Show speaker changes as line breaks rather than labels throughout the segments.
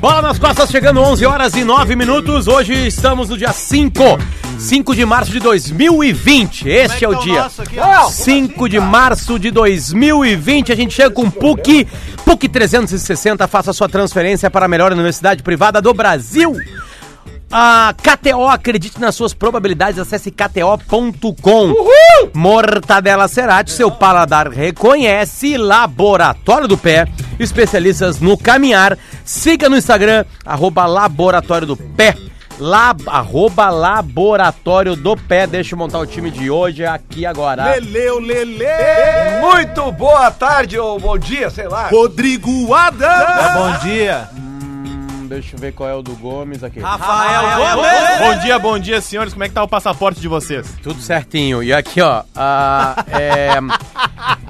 Bola nas costas, chegando 11 horas e 9 minutos. Hoje estamos no dia 5. 5 de março de 2020. Este é o dia. 5 de março de 2020. A gente chega com PUC. PUC 360. Faça sua transferência para a melhor universidade privada do Brasil. A KTO, acredite nas suas probabilidades, acesse kto.com. Mortadela Cerati, seu paladar reconhece. Laboratório do Pé, especialistas no caminhar. Siga no Instagram, arroba Laboratório do Pé. Lab, arroba Laboratório do Pé. Deixa eu montar o time de hoje aqui agora.
Leleu, Lele!
Muito boa tarde ou bom dia, sei lá.
Rodrigo Adam!
Bom dia.
Hum, Deixa eu ver qual é o do Gomes aqui.
Rafael
Bom dia, bom dia, senhores. Como é que tá o passaporte de vocês?
Tudo certinho. E aqui, ó. ah, é,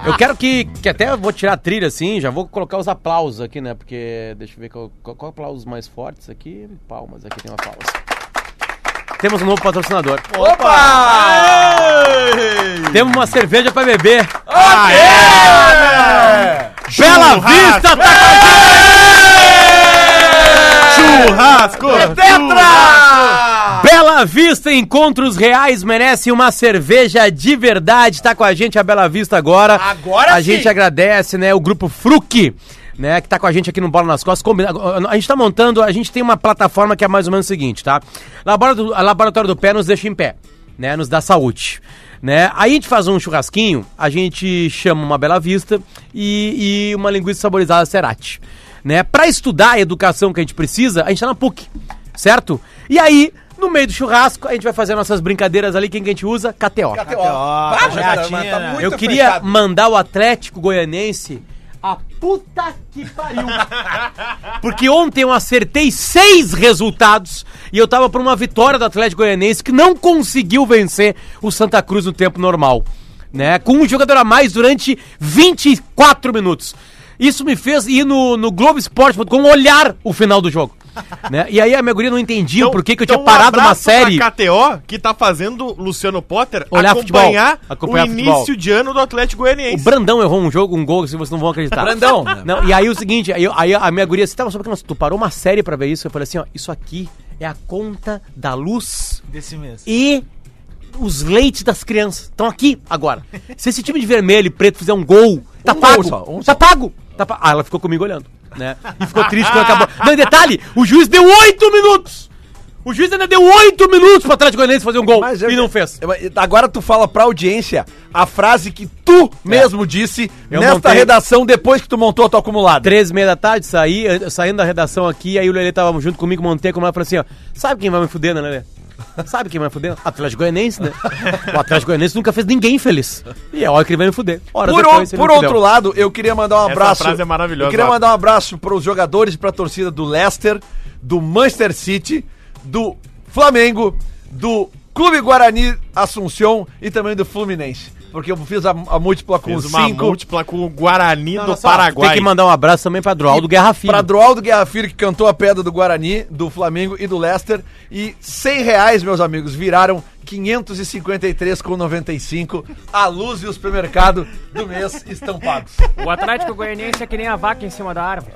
eu quero que, que até eu vou tirar a trilha assim, já vou colocar os aplausos aqui, né? Porque deixa eu ver qual, qual, qual aplausos mais fortes aqui. Palmas, aqui tem uma pausa. Temos um novo patrocinador. Temos uma cerveja pra beber. Bela
Churrasco!
Vista tá com a gente!
Churrasco!
Tetra!
Bela Vista Encontros Reais merece uma cerveja de verdade. Tá com a gente a Bela Vista agora.
Agora
A
sim.
gente agradece, né, o grupo Fruc. Né, que tá com a gente aqui no Bola nas Costas. Combina- A gente tá montando, a gente tem uma plataforma que é mais ou menos o seguinte, tá? Labora do- a Laboratório do Pé nos deixa em pé, né? Nos dá saúde. Né? Aí a gente faz um churrasquinho, a gente chama uma Bela Vista e, e uma linguiça saborizada Cerati. Né? Pra estudar a educação que a gente precisa, a gente tá na PUC certo? E aí, no meio do churrasco, a gente vai fazer nossas brincadeiras ali. Quem que a gente usa? KTO.
KTO. Ah,
tá
cara,
chatinha,
mas tá
né?
muito
Eu queria
fechado.
mandar o Atlético Goianense a puta que pariu. Porque ontem eu acertei seis resultados e eu tava por uma vitória do Atlético Goianense que não conseguiu vencer o Santa Cruz no tempo normal. Né? Com um jogador a mais durante 24 minutos. Isso me fez ir no, no Globoesporte.com olhar o final do jogo. Né? E aí a minha guria não entendia por que, que eu tinha
um
parado uma
abraço pra
série.
KTO, que tá fazendo o Luciano Potter
Olhar
acompanhar,
futebol, acompanhar
o
futebol.
início de ano do Atlético
O
Goianiense.
Brandão errou um jogo, um gol, se vocês não vão acreditar.
Brandão.
Não, e aí o seguinte, aí, eu- aí a minha guria, você tava sabendo que nós- tu parou uma série pra ver isso? Eu falei assim, ó, isso aqui é a conta da luz
Desse mês.
e os leites das crianças. Estão aqui agora. Se esse time de vermelho e preto fizer um gol, tá
Um
pago.
gol só, um
tá pago. Tá pa- Ah, ela ficou comigo olhando, né? E ficou triste quando acabou. Não, e detalhe, o juiz deu oito minutos. O juiz ainda deu oito minutos pro Atlético Goianiense fazer um gol
Mas eu-
e não fez.
eu- Agora tu fala pra audiência a frase que tu mesmo disse
É. Eu
nesta
montei-
redação depois que tu montou a tua acumulada.
Três e meia da tarde, saí, eu- saindo da redação aqui, aí o Lelê tava junto comigo, montei como ela falou assim, ó, sabe quem vai me fuder, né, Lelê? Sabe quem vai me fuder? Atlético Goianense, né? O Atlético Goianense nunca fez ninguém feliz. E é hora que ele vai me fuder. Horas
Por,
depois
o-
ele
por
me
outro
fudeu.
lado, eu queria mandar um
Essa
abraço.
frase é maravilhosa,
Eu queria
Rafa.
mandar um abraço pros jogadores e pra torcida do Leicester, do Manchester City, do Flamengo, do Clube Guarani Assunção e também do Fluminense. Porque eu fiz a, a múltipla com
Fez
os
uma
cinco.
múltipla com o Guarani
Não,
do
olha só,
Paraguai.
Tem que mandar um abraço também pra Droaldo Guerra Filho.
Pra Droaldo Guerra Filho, que cantou a pedra do Guarani, do Flamengo e do Leicester. E 100 reais, meus amigos, viraram 553,95. A luz e o supermercado do mês estão pagos.
O Atlético Goianiense é que nem a vaca em cima da árvore.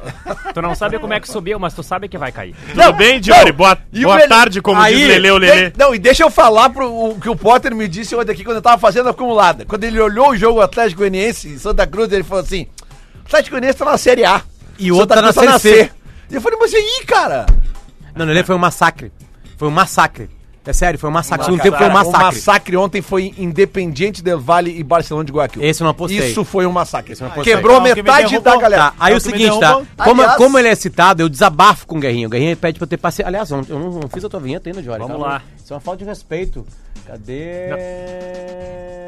Tu não sabe como é que subiu, mas tu sabe que vai cair.
Tudo bem, Diori? Boa,
E o
boa
melhor-
tarde, como diz Lele o Lelê.
De- Não, e deixa eu falar pro o que o Potter me disse ontem aqui quando eu tava fazendo a acumulada. Quando ele olhou o jogo Atlético Goianiense e Santa Cruz, ele falou assim: Atlético Goianiense tá na Série A.
E o outro
Santa
tá na
Cruz
Série C.
E eu falei, mas e aí, cara?
Não, Lelê, foi um massacre. Foi um massacre. É sério, foi um massacre. O segundo tempo foi um
Cara,
massacre.
O massacre ontem foi Independiente del Valle e Barcelona de Guayaquil.
Esse eu não apostei.
Isso foi um massacre.
eu não apostei.
Quebrou
Não, que me
metade
derrubou.
da galera.
Tá, aí
É
o
o que me
seguinte, tá?
derrubou.
Como,
Aliás-
como ele é citado, eu desabafo com o Guerrinho. O Guerrinho pede pra eu ter paciência. Aliás, eu não, eu não- não fiz a tua vinheta ainda, Jorge.
Vamos
Calma.
lá.
Isso é uma falta de respeito. Cadê?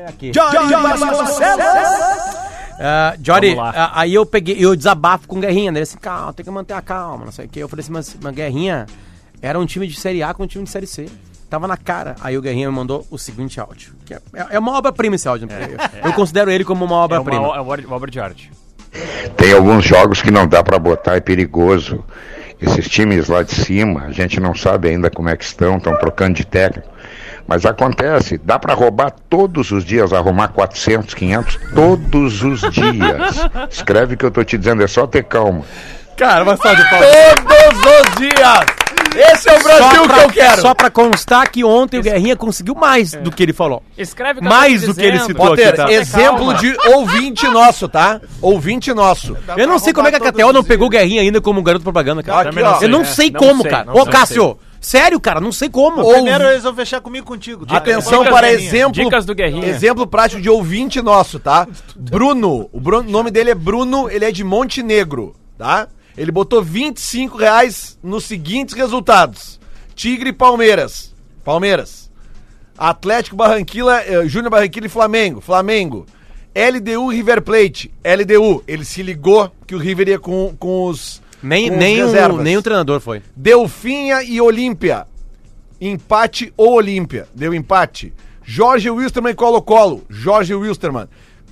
Aqui.
Johnny Barcelona.
Ah, Jory,
Vamos lá.
ah, aí eu peguei, eu desabafo com o Guerrinha, né? Ele assim, calma, tem que manter a calma, não sei o quê. Eu falei assim, mas, mas Guerrinha era um time de Série A com um time de Série C. Tava na cara. Aí o Guerrinha me mandou o seguinte áudio. Que é, é uma obra-prima esse áudio. né? eu, eu considero ele como uma
É uma,
obra-prima.
o- é uma obra de arte.
Tem alguns jogos que não dá para botar, é perigoso. Esses times lá de cima, a gente não sabe ainda como é que estão, estão trocando de técnico. Mas acontece, dá para roubar todos os dias, arrumar 400, 500, todos os dias. Escreve o que eu tô te dizendo, é só ter calma.
Cara, uma salva de palmas.
Todos os dias! Esse é o Brasil
Só pra-
que eu quero! É.
Só pra constar que ontem o Guerrinha conseguiu mais do que ele falou.
Escreve o que eu tô
Mais
te
do que ele
dizendo.
citou aqui,
Potter,
tá?
exemplo
Calma.
de ouvinte nosso, tá? Ouvinte nosso.
Eu não sei como é que a KTO não pegou o Guerrinha ainda como garoto propaganda, cara.
Aqui, ó.
Eu não sei como, cara. Ô, Cássio, sério, cara, não sei como.
Primeiro eles vão fechar comigo contigo. Dica.
Atenção
Dicas
para
do Guerrinha.
exemplo.
Dicas do Guerrinha.
Exemplo prático de ouvinte nosso, tá? Bruno. O Bruno- o nome dele é Bruno, ele é de Montenegro, tá? Ele botou 25 reais nos seguintes resultados: Tigre e Palmeiras. Palmeiras. Atlético Barranquilla, eh, Júnior Barranquilla e Flamengo. Flamengo. LDU e River Plate. LDU. Ele se ligou que o River ia com, com os.
Nem,
com os
nem, o,
reservas.
nem um o treinador foi.
Delfinha e Olímpia. Empate ou Olímpia. Deu empate. Jorge Wilstermann e Colo-Colo. Jorge Wilstermann.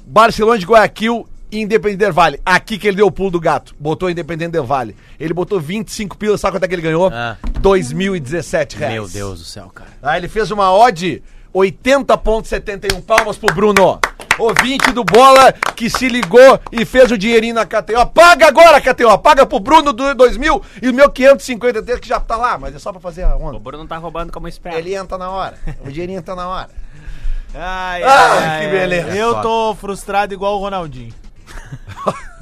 Barcelona de Guayaquil e Independente Del Valle. Aqui que ele deu o pulo do gato. Botou Independente Del Valle. Ele botou 25 pilas. Sabe quanto é que ele ganhou?
Ah.
2017 reais.
Meu Deus do céu, cara.
Ah, ele fez uma odd 80.71 palmas pro Bruno. Ouvinte do Bola que se ligou e fez o dinheirinho na KTO. Paga agora, KTO. Paga pro Bruno do 2000 e o meu 553 que já tá lá, mas é só pra fazer a
O
onda.
Bruno tá roubando como espera.
Ele entra na hora. O dinheirinho entra na hora.
Ai,
Ah,
ai,
que
ai.
beleza.
Eu tô frustrado igual o Ronaldinho.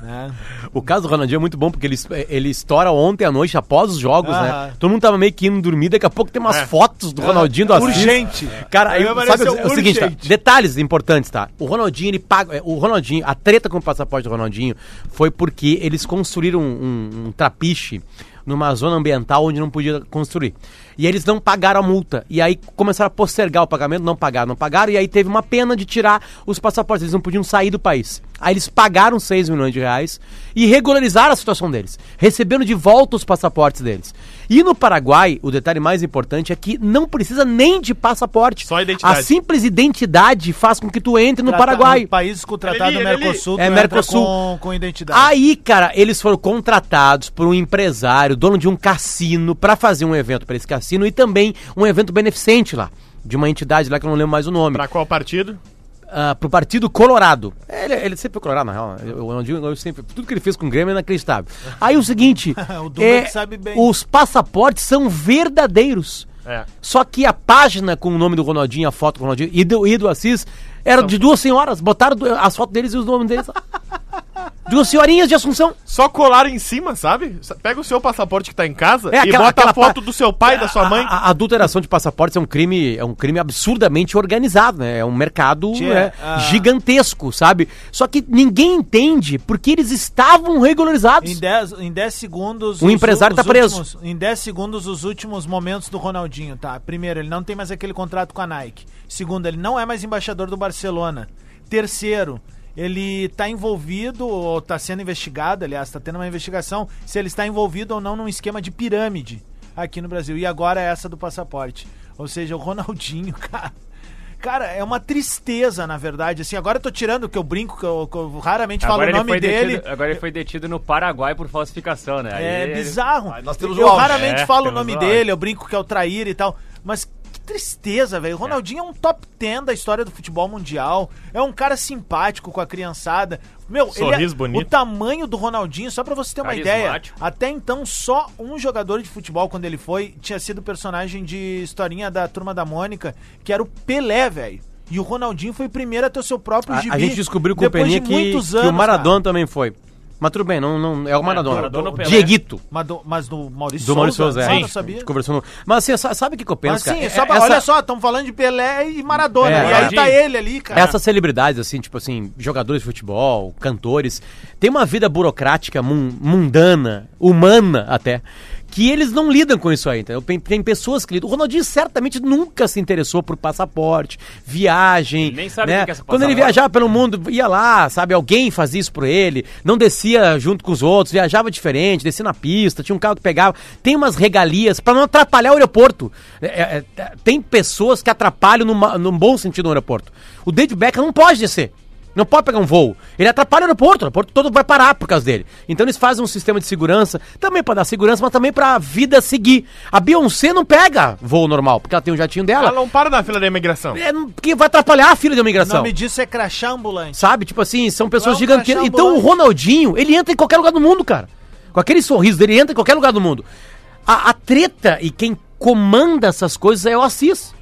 Né?
O caso do Ronaldinho é muito bom, porque ele, ele estoura ontem à noite, após os jogos,
Aham.
né? Todo mundo tava meio que indo dormir, daqui a pouco tem umas fotos do Ronaldinho do Assis.
Urgente.
Cara, aí,
Aí
sabe,
apareceu
o- é o seguinte, tá?
urgente.
detalhes importantes, tá? O Ronaldinho, ele paga. é, O Ronaldinho, a treta com o passaporte do Ronaldinho foi porque eles construíram um, um- um trapiche numa zona ambiental onde não podia construir. E eles não pagaram a multa. E aí começaram a postergar o pagamento, não pagaram, não pagaram. E aí teve uma pena de tirar os passaportes. Eles não podiam sair do país. Aí eles pagaram 6 milhões de reais e regularizaram a situação deles, recebendo de volta os passaportes deles. E no Paraguai, o detalhe mais importante é que não precisa nem de passaporte. Assim
Só a identidade.
A simples identidade faz com que tu entre no
Trata-
Paraguai.
Países com o tratado
É ali, é ali.
um Mercosul.
É
tu entra
Mercosul. Ah,
Com, com identidade.
Aí, cara, eles foram contratados por um empresário, dono de um cassino, pra fazer um evento pra esse cassino e também um evento beneficente lá, de uma entidade lá que eu não lembro mais o nome,
Pra qual partido?
ah, pro Partido Colorado. É, Ele, ele sempre foi colorado, na real. né? Eu, eu, eu, eu sempre, tudo que ele fez com o Grêmio é inacreditável. Aí o seguinte,
O Dunga
é,
que sabe bem.
os passaportes são verdadeiros.
É.
Só que a página com o nome do Ronaldinho, a foto do Ronaldinho e do, e do Assis era de duas senhoras. Botaram du- as fotos deles e os nomes deles. lá. duas senhorinhas de Assunção.
Só colaram em cima, sabe? Pega o seu passaporte que tá em casa
É,
e
aquela-
bota
aquela
a foto
pa-
do seu pai, da sua mãe.
A, a adulteração de passaportes é um crime, é um crime absurdamente organizado, né? É um mercado
Tchê,
né,
ah.
gigantesco, sabe? Só que ninguém entende porque eles estavam regularizados.
Em 10 em 10 segundos.
O
os
empresário
u-
tá
os
preso.
últimos- em 10 segundos, os últimos momentos do Ronaldinho, tá? Primeiro, ele não tem mais aquele contrato com a Nike. Segundo, ele não é mais embaixador do Barcelona. Terceiro, ele tá envolvido, ou tá sendo investigado, aliás, tá tendo uma investigação, se ele está envolvido ou não num esquema de pirâmide aqui no Brasil. E agora é essa do passaporte. Ou seja, o Ronaldinho, cara. Cara, é uma tristeza, na verdade. Assim, agora eu tô tirando que eu brinco, que eu, que eu raramente falo
Agora
o
ele,
nome
foi
dele.
detido, agora ele foi detido no Paraguai por falsificação, né?
É
Aí ele-
bizarro.
Aí nós temos o
eu
auge.
raramente
É,
falo o
temos
nome
o auge.
dele, eu brinco que é o trair e tal. Mas que tristeza, velho. O Ronaldinho é um top 10 da história do futebol mundial. É um cara simpático com a criançada. Meu, ele
Sorriso
é-
bonito.
o tamanho do Ronaldinho, só pra você ter uma ideia.
Carismático.
Até então, só um jogador de futebol, quando ele foi, tinha sido personagem de historinha da Turma da Mônica, que era o Pelé, velho. E o Ronaldinho foi primeiro até o seu próprio
A, a
gibi.
gente descobriu com o
depois de
Peninha que,
muitos
que
anos,
o Maradona também foi. Mas tudo bem, não, não é o Maradona.
Maradona ou Pelé.
Dieguito.
cara. Mas do, mas do Maurício
Do Maurício
Souza,
Souza,
ah,
é.
não sabia.
Conversando. Mas assim, sa- sabe o que, que eu penso,
Mas
cara?
sim,
É-
é só pra-
essa-
olha só, estamos falando de Pelé e Maradona.
É,
e aí
Maradinho.
tá ele ali, cara.
Essas celebridades, assim, tipo assim, jogadores de futebol, cantores, tem uma vida burocrática, mun- mundana, humana até, que eles não lidam com isso aí, entendeu? Tem, tem pessoas que lidam. O Ronaldinho certamente nunca se interessou por passaporte, viagem.
Ele nem sabe
né?
o que é esse
Quando ele
passaporte.
viajava pelo mundo, ia lá, sabe? Alguém fazia isso por ele, não descia junto com os outros, viajava diferente, descia na pista, tinha um carro que pegava. Tem umas regalias pra não atrapalhar o aeroporto. É, é, é, tem pessoas que atrapalham no, ma- no bom sentido no aeroporto. O David Beckham não pode descer. Não pode pegar um voo. Ele atrapalha o aeroporto, o aeroporto todo vai parar por causa dele. Então eles fazem um sistema de segurança, também pra dar segurança, mas também pra vida seguir. A Beyoncé não pega voo normal, porque ela tem um jatinho
Ela
dela.
não para na fila da imigração.
É, não- porque vai atrapalhar a fila de
O
imigração.
nome disso é crachá ambulante.
Sabe? Tipo assim, são pessoas
Não, é um
gigantescas.
cachorro
Então o
ambulante.
Ronaldinho, ele entra em qualquer lugar do mundo, cara. Com aquele sorriso dele, ele entra em qualquer lugar do mundo. A, a treta e quem comanda essas coisas é o Assis.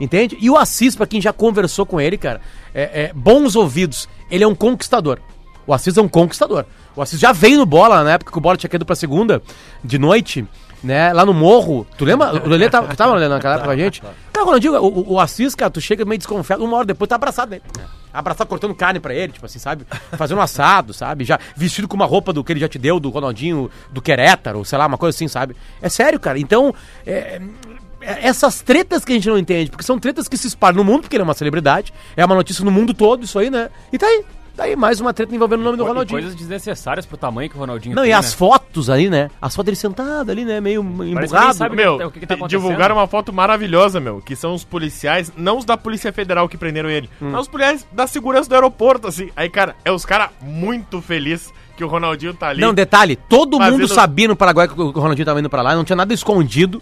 Entende? E o Assis, pra quem já conversou com ele, cara, é, é, bons ouvidos. Ele é um conquistador. O Assis é um conquistador. O Assis já veio no bola, na época que o bola tinha caído pra segunda, de noite, né? Lá no morro. Tu lembra? O Lelê tava, tu tava Lelê, naquela época com a gente? Cara, quando eu digo, o, o Assis, cara, tu chega meio desconfiado, uma hora depois tá abraçado dele. Abraçado cortando carne pra ele, tipo assim, sabe? Fazendo um assado, sabe? Já vestido com uma roupa do que ele já te deu, do Ronaldinho, do Querétaro, sei lá, uma coisa assim, sabe? É sério, cara. Então, é, é- essas tretas que a gente não entende, porque são tretas que se espalham no mundo, porque ele é uma celebridade, é uma notícia no mundo todo, isso aí, né? E tá aí, tá aí mais uma treta envolvendo o nome do
Co- e
Ronaldinho.
Coisas desnecessárias pro tamanho que o Ronaldinho
Não, e
tem,
as
né?
fotos ali, né? As fotos dele sentado ali, né? Meio
Parece que nem
emburrado.
sabe
Meu,
o que que tá
te-
acontecendo?
divulgaram uma foto maravilhosa, meu, que são os policiais, não os da Polícia Federal que prenderam ele, mas os policiais da segurança do aeroporto, assim. Aí, cara, é os caras muito felizes que o Ronaldinho tá ali.
Não, detalhe, todo
Fazendo-
mundo sabia no Paraguai que o que o Ronaldinho tava indo pra lá, não tinha nada escondido.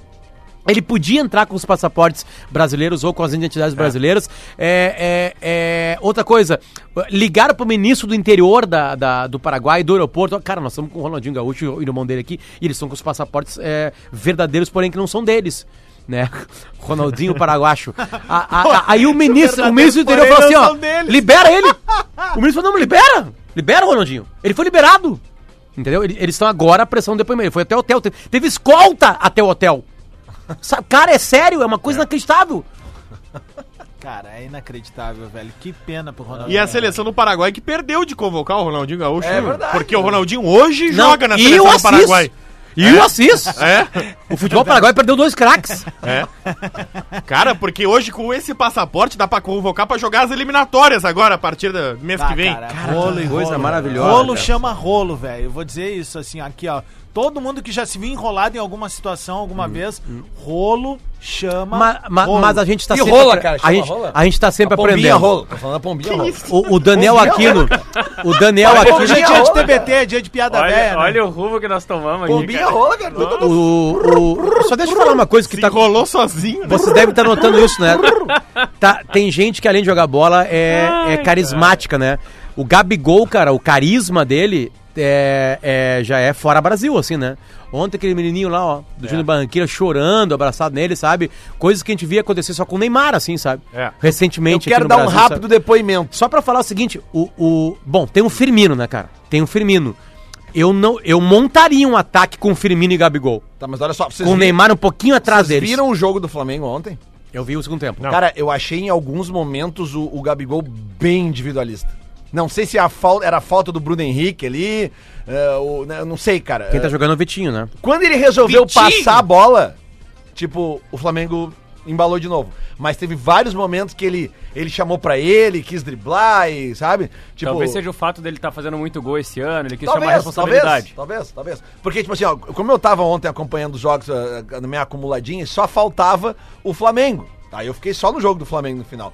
Ele podia entrar com os passaportes brasileiros ou com as identidades brasileiras. É, é, é, outra coisa, ligaram pro ministro do interior da, da- do Paraguai, do aeroporto. Cara, nós estamos com o Ronaldinho Gaúcho e o irmão dele aqui, e eles estão com os passaportes é, verdadeiros, porém que não são deles. Né? Ronaldinho Paraguacho. A- a- a- aí o ministro, o ministro do interior falou assim:
porém não
ó,
são deles.
libera ele! O ministro falou: não, libera! Libera o Ronaldinho. Ele foi liberado. Entendeu? Ele- Eles estão agora pressando depoimento. Ele foi até o hotel. Teve, teve escolta até o hotel. Sa- Cara, é sério, é uma coisa inacreditável.
Cara, é inacreditável, velho. Que pena pro Ronaldinho.
E a seleção do Paraguai que perdeu de convocar o Ronaldinho Gaúcho.
É
viu?
verdade,
Porque o Ronaldinho hoje
Não,
joga na
e
seleção
o
do
Assis?
Paraguai.
E o Assis.
É,
O futebol paraguai perdeu dois craques.
é. Cara, porque hoje com esse passaporte dá pra convocar pra jogar as eliminatórias agora, a partir do mês
Ah,
que vem.
cara,
Rolo e coisa maravilhosa.
Rolo
cara.
chama rolo, velho. Eu vou dizer isso assim, aqui, ó. Todo mundo que já se viu enrolado em alguma situação alguma vez, rolo chama
Hum, Ma- ma-
rolo.
mas a gente está
E rola, cara,
a
chama
gente,
rola.
a gente tá sempre
a pombinha
aprendendo.
rola. Tô falando da pombinha rola.
O, o Daniel Aquino. O Daniel
Olha,
Hoje é
Aquino.
dia de
rola,
TBT, é dia de piada velha.
Olha,
né?
olha o rumo que nós tomamos aqui,
Pombinha rola, cara.
O, o- só deixa eu falar uma coisa que
Se
tá.
rolou sozinho, né?
Você deve estar notando isso, né? Tá, tem gente que além de jogar bola é, é carismática, né? O Gabigol, cara, o carisma dele é, é- já é fora Brasil, assim, né? Ontem aquele menininho lá, ó,
É.
do Júnior Barranquilla chorando, abraçado nele, sabe? Coisas que a gente via acontecer só com o Neymar, assim, sabe?
É.
Eu
Recentemente. aqui
quero
no
dar um
Brasil,
rápido
sabe?
depoimento.
Só pra falar o seguinte, o, o- Bom, tem o Firmino, né, cara? Tem o Firmino. Eu não, eu montaria um ataque com o Firmino e Gabigol.
Tá, mas olha só, vocês
Com o
vi-
Neymar um pouquinho atrás
vocês
deles.
viram o jogo do Flamengo ontem?
Eu vi o segundo tempo.
Não.
Cara, eu achei em alguns momentos o, o Gabigol bem individualista. Não sei se a falta, era a falta do Bruno Henrique ali, é, o- né, eu não sei, cara.
Quem tá
É,
jogando é o Vitinho, né?
Quando ele resolveu
Vitinho!
passar a bola, tipo, o Flamengo embalou de novo. Mas teve vários momentos que ele, ele chamou pra ele, quis driblar e, sabe? Tipo,
Talvez seja o fato dele estar fazendo muito gol esse ano, ele quis
Talvez,
chamar a é responsabilidade.
Talvez, talvez, talvez. Porque, tipo assim, ó, como eu tava ontem acompanhando os jogos ah, ah, na minha acumuladinha, só faltava o Flamengo. Aí eu fiquei só no jogo do Flamengo no final.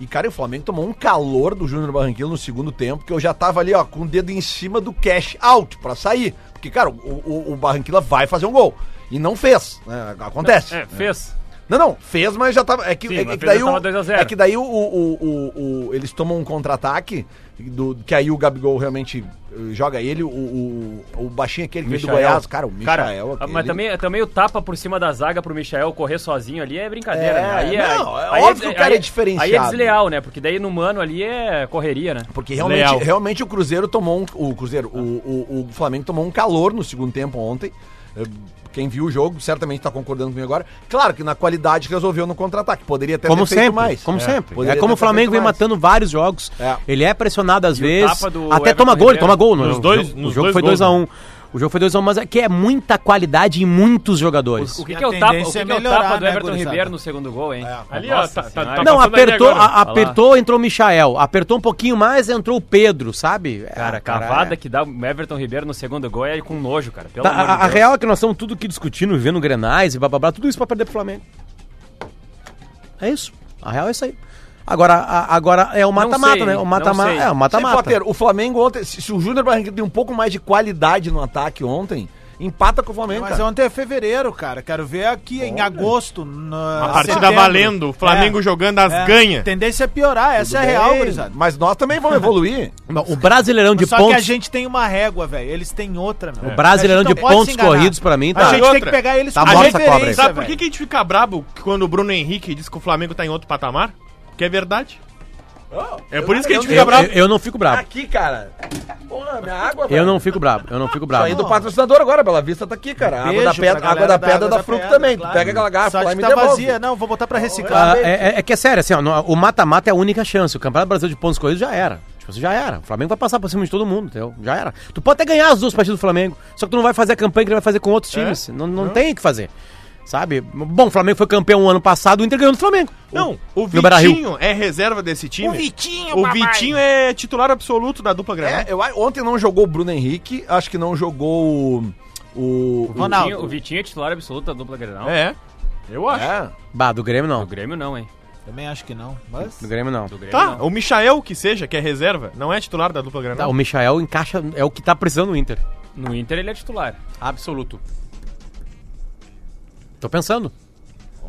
E, cara, o Flamengo tomou um calor do Júnior Barranquilla no segundo tempo, que eu já tava ali, ó, com o dedo em cima do cash out pra sair. Porque, cara, o, o, o Barranquilla vai fazer um gol. E não fez. né? Acontece.
É, fez.
Não, não, fez, mas já tava. É que,
Sim,
é,
mas
que
fez,
daí
já
o,
tava 2 a 0.
é que daí o, o- o- o- eles tomam um contra-ataque, do- que aí o Gabigol realmente eh, joga ele, o, o, o baixinho aquele que veio do
Michael.
Goiás, cara, o
Cara,
Michael. é
ah,
aquele-
mas também, também o tapa por cima da zaga pro Michael correr sozinho ali é brincadeira,
É,
né? Aí
não, é óbvio que o cara é diferenciado.
Aí é desleal, né? Porque daí no mano ali é correria, né?
Porque realmente,
Leal.
realmente o Cruzeiro tomou um. O Cruzeiro, o, o, o Flamengo tomou um calor no segundo tempo ontem. Eh, Quem viu o jogo certamente tá concordando comigo agora. Claro que na qualidade resolveu no contra-ataque. Poderia ter,
Como
ter feito
sempre,
mais.
como sempre.
poderia
É como
ter
o Flamengo
feito
vem
mais.
matando vários jogos.
É.
Ele é pressionado às
E o
vezes.
tapa do
Até
Everton
toma gol, ele
Ribeiro.
toma gol. no-
Nos dois-
o jogo
nos
foi
dois gols,
2x1.
né?
O O jogo foi 2x1, mas é que é muita qualidade em muitos jogadores.
O que,
E a
que é o tapa, o
tendência
que
é
que é o
melhorar,
tapa do
né,
Everton
gurizada? É,
Ribeiro no segundo gol, hein?
Ali, ó,
Nossa
tá, tá,
senhora.
tá
não,
passando ali
apertou,
agora.
a- apertou, entrou o Michael. Apertou um pouquinho mais, entrou o Pedro, sabe? É,
Cara, a cavada que dá o Everton Ribeiro no segundo gol é com nojo, cara. Pelo
Tá,
amor de
a, a
Deus.
real é que nós estamos tudo aqui discutindo, vendo grenais e bababá, tudo isso pra perder pro Flamengo. É isso. A real é isso aí. Agora, a- agora é o mata-mata,
sei,
né? O
não
mata-mata.
sei.
É, o
Sim,
mata-mata.
Potter, o Flamengo ontem, se, se o Júnior Barranquilla tem um pouco mais de qualidade no ataque ontem, empata com o Flamengo,
Mas
cara.
ontem é fevereiro, cara. Quero ver aqui em agosto.
A partida valendo, o Flamengo jogando as ganha.
Tendência Tá é piorar, essa é a real,
Bem,
gurizada.
Mas nós também vamos evoluir.
O Brasileirão de
Só que a
pontos.
gente tem uma régua, velho. Eles têm outra, meu.
O Brasileirão
A gente
de
não pode
pontos
se enganar.
corridos, pra mim,
A
tá.
gente tem
outra.
que pegar eles
Tá
como
morta a cobra aí.
referência,
Sabe por que,
velho.
que a gente fica brabo quando o Bruno Henrique diz que o Flamengo tá em outro patamar? Que é verdade. é por isso que a gente
Eu,
fica brabo.
eu- eu não fico bravo.
Aqui, cara. Porra, minha água,
Eu não fico bravo. Eu não fico bravo.
Aí do patrocinador agora, Bela Vista tá aqui, cara. A água
Beijo
da
pra
pedra,
galera
água da pedra
Água
da, fruta
Pedra,
também. Tu
claro.
Pega aquela garrafa
Só
lá e
que
me
tá
devolve.
vazia. Não, vou botar pra reciclar.
Ah, é, é- é que é sério, assim, ó, no- o mata-mata é a única chance. O Campeonato Brasileiro de pontos corridos já era. Tipo, assim, já era. O Flamengo vai passar por cima de todo mundo, entendeu? Já era. Tu pode até ganhar as duas partidas do Flamengo, só que tu não vai fazer a campanha que ele vai fazer com outros times. Não, não tem o que fazer. Sabe? Bom, o Flamengo foi campeão um ano passado, o Inter ganhou do Flamengo.
Não, o
No Beira-Rio.
Vitinho é reserva desse time. O Vitinho,
papai.
é titular absoluto da dupla Granada.
É, eu, ontem não jogou o Bruno Henrique, acho que não jogou o. o
O
Ronaldo.
Vitinho, o Vitinho é titular absoluto da dupla Grenal.
É. Eu acho.
é.
Bah, do Grêmio
Do
não.
Grêmio não, hein?
Também acho que não. Mas...
Do Grêmio não.
Do Grêmio
Tá,
não.
o Michael que seja, que é reserva, não é titular da dupla
Tá,
Granada.
o Michael encaixa, é o que tá precisando no Inter.
No Inter ele é titular.
Absoluto. Tô pensando.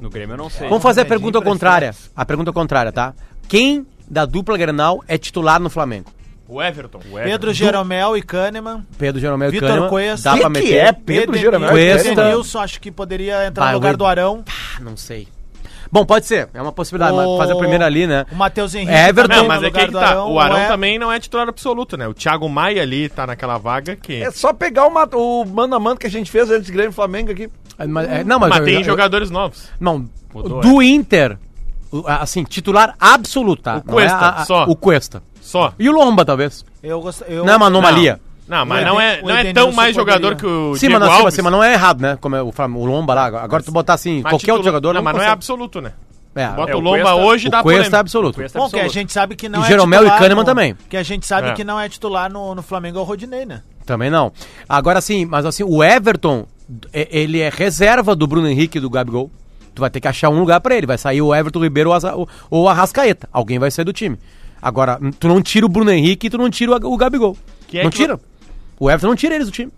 No Grêmio eu não sei.
Vamos fazer a
Entendi,
pergunta contrária. A pergunta contrária, tá? Quem da dupla Grenal é titular no Flamengo?
O Everton. O Everton.
Pedro Jeromel e Kahneman.
Pedro Jeromel e
Vitor
Kahneman,
Cuesta.
Dá
Que
pra
que
meter.
é, Pedro
Edenil-
Jeromel
e Cuesta.
Edenilson, acho que poderia entrar
Vai,
no lugar
o
do Arão.
Ah, não sei. Bom, pode ser. É uma possibilidade. mas Fazer a primeira ali, né?
O Matheus Henrique.
Everton.
também
Não,
no
mas é que,
lugar
aí que
do
tá. o Arão
é-
também não é titular absoluto, né? O Thiago Maia ali tá naquela vaga que.
É só pegar o, ma- o mano a mano que a gente fez antes do Grêmio e Flamengo aqui.
Ah, mas- é, não, mas,
Mas
eu-
tem
eu-
jogadores novos.
Não,
Mudou,
do Inter, o- assim, titular absoluto, tá?
O
Não é
Cuesta, só.
O Cuesta.
Só.
E o Lomba, talvez.
Eu gosto, eu...
Não é uma anomalia.
Não, mas
O
não é,
Eden- o
não é tão
Edenilson
mais jogador
poderia.
que o
Sim,
Diego
mas, não, sim,
Alves.
mas, sim, mas não é errado, né? Como é o, Flam- o Lomba lá. Agora tu botar assim,
Mas
qualquer outro
titular-
jogador...
Não, mas não é
consegue.
absoluto, né?
É,
Bota
é,
o
o
Lomba
Cuesta-
hoje e dá
o Cuesta é
polêmica.
absoluto.
Cuesta é
Bom, que a
absoluto.
gente sabe que não
E
é
Jeromel e
titular
Kahneman
no-
também.
Que a gente sabe
É.
que não é titular no, no Flamengo é o Rodinei, né?
Também não. Agora sim, mas assim, o Everton, é- ele é reserva do Bruno Henrique e do Gabigol. Tu vai ter que achar um lugar pra ele. Vai sair o Everton Ribeiro ou Asa- ou ou o Arrascaeta. Alguém vai sair do time. Agora, tu não tira o Bruno Henrique e tu não tira o o Gabigol.
Quem é
não
que
tira. O Everton não tira eles do time.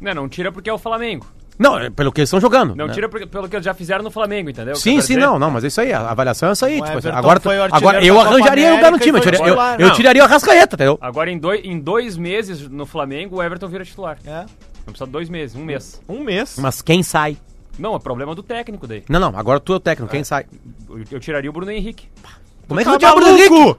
Não, não tira porque é o Flamengo.
Não, é pelo que eles estão jogando.
Não
né?
tira porque- pelo que eles já fizeram no Flamengo, entendeu?
Sim,
Quer
sim,
dizer,
não, não, mas é isso aí, a avaliação é isso aí. Tipo, assim,
Everton
agora, tu-
foi o artilheiro
agora
da
eu
Copa
arranjaria um lugar no
América e
time, eu
foi
tiraria, eu,
titular.
eu
Não.
tiraria o Arrascaeta, entendeu?
Agora em dois, em dois meses no Flamengo, o Everton vira titular.
É.
Não precisa de dois meses, um mês.
Um mês.
Mas quem sai?
Não, é problema do técnico daí.
Não, não, agora tu é o técnico, quem sai?
Eu, eu tiraria o Bruno Henrique.
Como é que
Tá
tu tira o Bruno
maluco?
Henrique?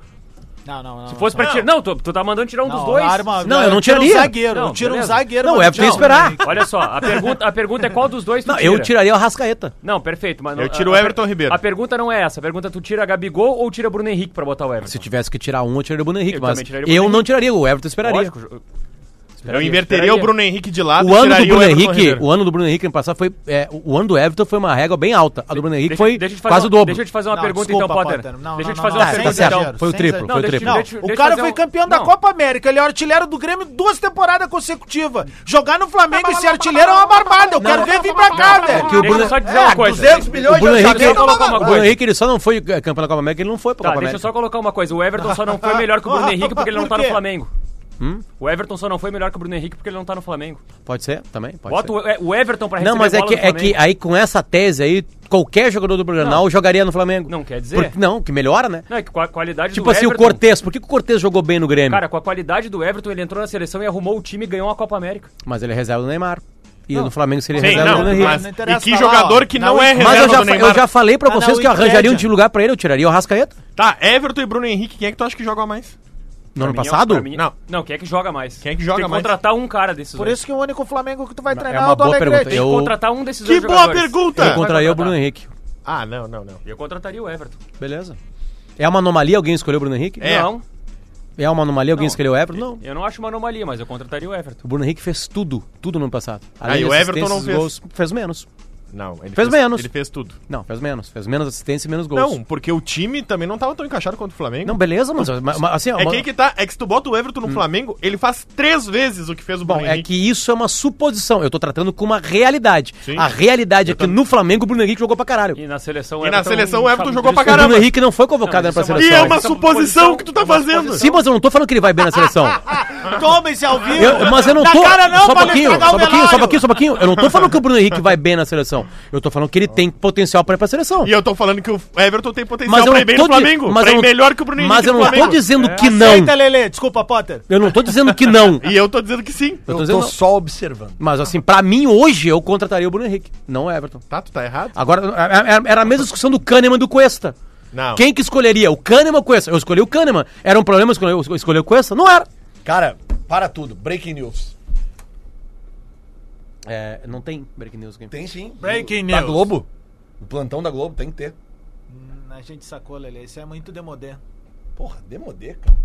Não, não, não.
Se fosse pra tirar. Não, tu, tu tá mandando tirar um dos dois.
Não, eu não
tiro um
tiraria.
zagueiro,
Não,
não, tira um
beleza.
zagueiro.
Não,
mas
o Everton ia
tira o Bruno
esperar.
Henrique.
Olha só, a pergunta, a pergunta é qual dos dois tu
Não,
tira.
eu tiraria o Arrascaeta.
Não, perfeito. Mas
Eu
não-
tiro o
a- a-
Everton Ribeiro.
A pergunta não é essa. A pergunta é tu tira Gabigol ou tira Bruno Henrique pra botar o Everton?
Se eu tivesse que tirar um, eu tiraria o Bruno Henrique,
Eu
mas
também tiraria o Bruno
eu não
Henrique.
tiraria, o Everton esperaria.
Lógico, eu-
Eu
esperaria,
inverteria
esperaria.
o Bruno Henrique de lado
O ano do
tiraria
Bruno
Everton
Henrique,
Ribeiro.
o ano do Bruno Henrique ano passado foi, é, o ano do Everton foi uma régua bem alta. A do Bruno Henrique
Deixa-
foi
deixa eu te fazer
quase
uma-
o dobro.
Deixa eu te fazer uma
Não,
pergunta
desculpa,
então, Potter.
Potter. Não,
deixa eu te
não,
fazer uma
não, não,
tá
pergunta
sem
certo.
então.
exagero,
Foi o
sem
triplo,
exagero.
foi o
Não,
triplo.
deixa eu te- deixa
Não, o
eu
cara
fazer
foi
um-
campeão da
Não.
Copa América, ele é artilheiro do Grêmio duas temporadas consecutivas. Jogar no Flamengo e ser artilheiro é uma barbada, eu quero ver vir pra cá, velho.
que o
Deixa
Bruno-
eu só dizer uma coisa.
200 milhões
O Bruno
de
Henrique,
Deixa eu
orçamento.
colocar uma
o Bruno
coisa.
Henrique ele só não foi eh,
é,
campeão da Copa América, ele não foi pra
Tá,
Copa
deixa eu
América.
só colocar uma coisa. O Everton só não foi melhor que o Bruno Henrique porque ele não
Por
tá no
quê?
Flamengo. O Everton só não foi melhor que o Bruno Henrique porque ele não tá no Flamengo.
Pode ser também, pode
Bota
ser.
o, é, o Everton pra receber
Não, mas é
bola
que,
no
é que
Flamengo.
aí com essa tese aí, qualquer jogador do Granal jogaria no Flamengo.
Não quer dizer.
Porque, não, que melhora, né?
Não, é que com a qualidade
Tipo
do
assim,
Everton...
o Cortez, por que, que o Cortez jogou bem no Grêmio?
Cara, com a qualidade do Everton, ele entrou na seleção e arrumou o time e ganhou a Copa América.
Mas ele é reserva do Neymar. E no Flamengo seria
Sim,
reserva do
não,
Bruno Henrique.
mas,
Não
e
interessa,
que
tá lá,
jogador
ó.
que
Na
não é
Mas eu
reserva
já,
do
fa-
Neymar.
eu já falei pra
Ah,
vocês
não,
que eu
o
arranjaria um
Wikipédia.
lugar pra ele, eu tiraria o Rascaeta.
Tá, Everton e Bruno Henrique, quem é que tu acha que joga mais?
No ano
Pra mim,
passado?
pra mim-
Não.
Não, quem é que joga mais?
Quem é que joga
Tem
mais?
contratar um cara desses
Por
dois.
isso que o único Flamengo que tu vai
É
treinar
uma
o do
boa pergunta.
Alegrete.
Eu,
contratar um desses
Que
dois
boa
jogadores.
pergunta!
eu contraria o
Vai contratar.
Bruno Henrique.
Ah, não, não, não.
Eu contrataria o Everton.
Beleza. É uma anomalia alguém escolheu o Bruno Henrique?
É.
Não.
É uma anomalia alguém escolheu o Everton? Não.
Eu não acho uma anomalia, mas eu contrataria o Everton.
O Bruno Henrique fez tudo, tudo no ano passado.
Ah, e
de
o Everton
assistências,
não fez.
fez menos.
Não, ele
Fez menos.
Ele fez tudo.
Não, fez menos. Fez menos assistência e menos gols.
Não, porque o time também não tava tão encaixado quanto o Flamengo.
Não, beleza, mas, mas- mas assim, ó,
É que
uma- Hum.
aí que tá. É que se tu bota o Everton no Flamengo, ele faz três vezes o que fez o
Bom,
Bruno
é
Henrique.
que isso é uma suposição. Eu tô tratando com uma realidade.
Sim.
A realidade é que
também.
no Flamengo o Bruno Henrique jogou pra caralho.
E na seleção
E na seleção o Everton jogou pra
O Bruno
caramba.
Henrique não foi convocado
Não,
pra
isso é uma-
E
seleção.
é uma
Essa
suposição
posição-
que tu tá
é uma
fazendo.
suposição.
Sim, mas eu não tô falando que ele vai bem na seleção.
Toma esse ao vivo!
Eu- mas eu não
Na
tô.
cara não,
só um
pra
pouquinho,
estragar
só
o
um pouquinho, só um
velório.
pouquinho, só um pouquinho. Eu não tô falando que o Bruno Henrique vai bem na seleção. Eu tô falando que ele tem potencial pra ir pra seleção.
E eu tô falando que o Everton tem potencial
Mas eu
pra
não
ir bem
tô
no
di-
Flamengo.
mas
pra
eu
ir
não-
melhor que o Bruno Henrique.
Mas eu
no
não tô
Flamengo.
dizendo que não.
Aceita, Lele. Desculpa, Potter.
Eu não tô dizendo que não.
E eu tô dizendo que sim.
Eu
Eu
tô
tô,
dizendo-
só observando.
Mas assim, pra mim hoje eu contrataria o Bruno Henrique, não o Everton.
Tá, tu tá errado?
Agora, era- era a mesma discussão do Kahneman e do Cuesta.
Não.
Quem que escolheria? O Kahneman ou o Cuesta? Eu escolhi o Kahneman. Era um problema escolher, escolher o Cuesta? Não era.
Cara, para tudo. Breaking news.
É, não tem break news aqui.
Tem sim.
Breaking
Da
news.
Tá Globo. O plantão da Globo tem que ter.
Hum, A gente sacou, Lele. Isso é muito demodé.
Porra, demodê, cara.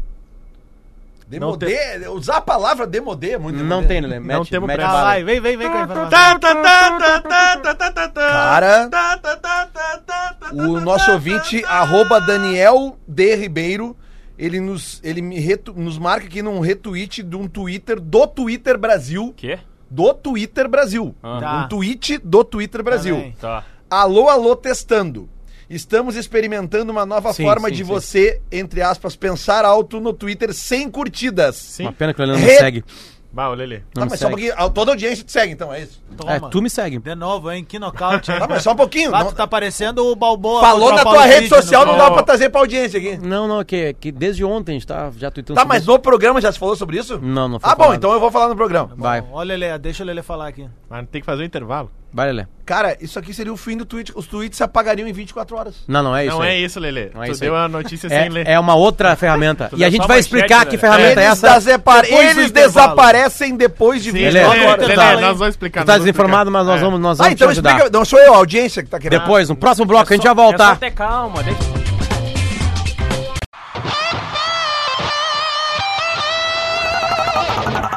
Demodê, é, usar a palavra demodê é muito
Não
demodê.
tem, né? Lelê. Mete-
temos
mete
break.
a
Ah,
bala.
vai, vem, vem, vem com a informação.
Tá, tá, tá, tá, tá, tá, tá, tá, tá.
Cara.
Tá, tá, tá, tá, tá, tá,
O
tá,
nosso
tá,
ouvinte,
tá, tá.
arroba Daniel D. Ribeiro, ele nos, ele me retu- nos marca aqui num retweet de um Twitter do Twitter Brasil.
Quê?
Do Twitter Brasil.
Ah.
Tá.
Um tweet do Twitter Brasil.
bem.
Tá.
Alô, alô, testando. Estamos experimentando uma nova
Sim,
forma
sim,
de
sim.
você, entre aspas, pensar alto no Twitter sem curtidas.
Uma pena que o Lelê não
Re-
me segue.
Bah, o Lelê.
Não
Tá,
me
mas
segue.
só um pouquinho. Ah, Toda a audiência te segue, então, é isso?
Toma.
É, tu me segue.
De novo, hein? Que nocaute. hein?
Tá, mas só um pouquinho.
Ah,
não-
tu tá parecendo o Balboa.
Falou
contra
na
o
tua
Paulo
rede
Egídio no
social, não
final.
dá pra trazer pra audiência aqui.
Não, não, que, é que desde ontem a gente tá já tweetando.
Tá,
sobre
mas
isso.
no programa já se falou sobre isso?
Não, não foi
Ah, bom,
falado.
então eu vou falar no programa.
Vai,
Ó, Lele, deixa o Lele falar aqui.
Mas tem que fazer um intervalo.
vai, Lelê.
Cara, isso aqui seria o fim do tweet. Os tweets se apagariam em 24 horas.
Não, não é isso.
não é
aí.
isso, Lelê.
Não é
tu
isso
deu
aí.
a notícia sem ler.
É, é uma outra ferramenta. e
deu
a gente
só
vai
manchete,
explicar que
Lelê.
ferramenta é
Eles,
essa.
desapar-
depois do
Eles
intervalo.
desaparecem depois de
Lelê,
24
Lelê,
agora
horas.
tu
Lelê,
tá-
nós vamos explicar.
Tu tá
nós vamos
desinformado,
explicar.
mas nós
É.
vamos, nós
Ah,
vamos
então
te ajudar.
explica. Não sou eu, a audiência que tá querendo.
Depois, no próximo bloco, a gente vai
É só
voltar.
ter calma. Deixa...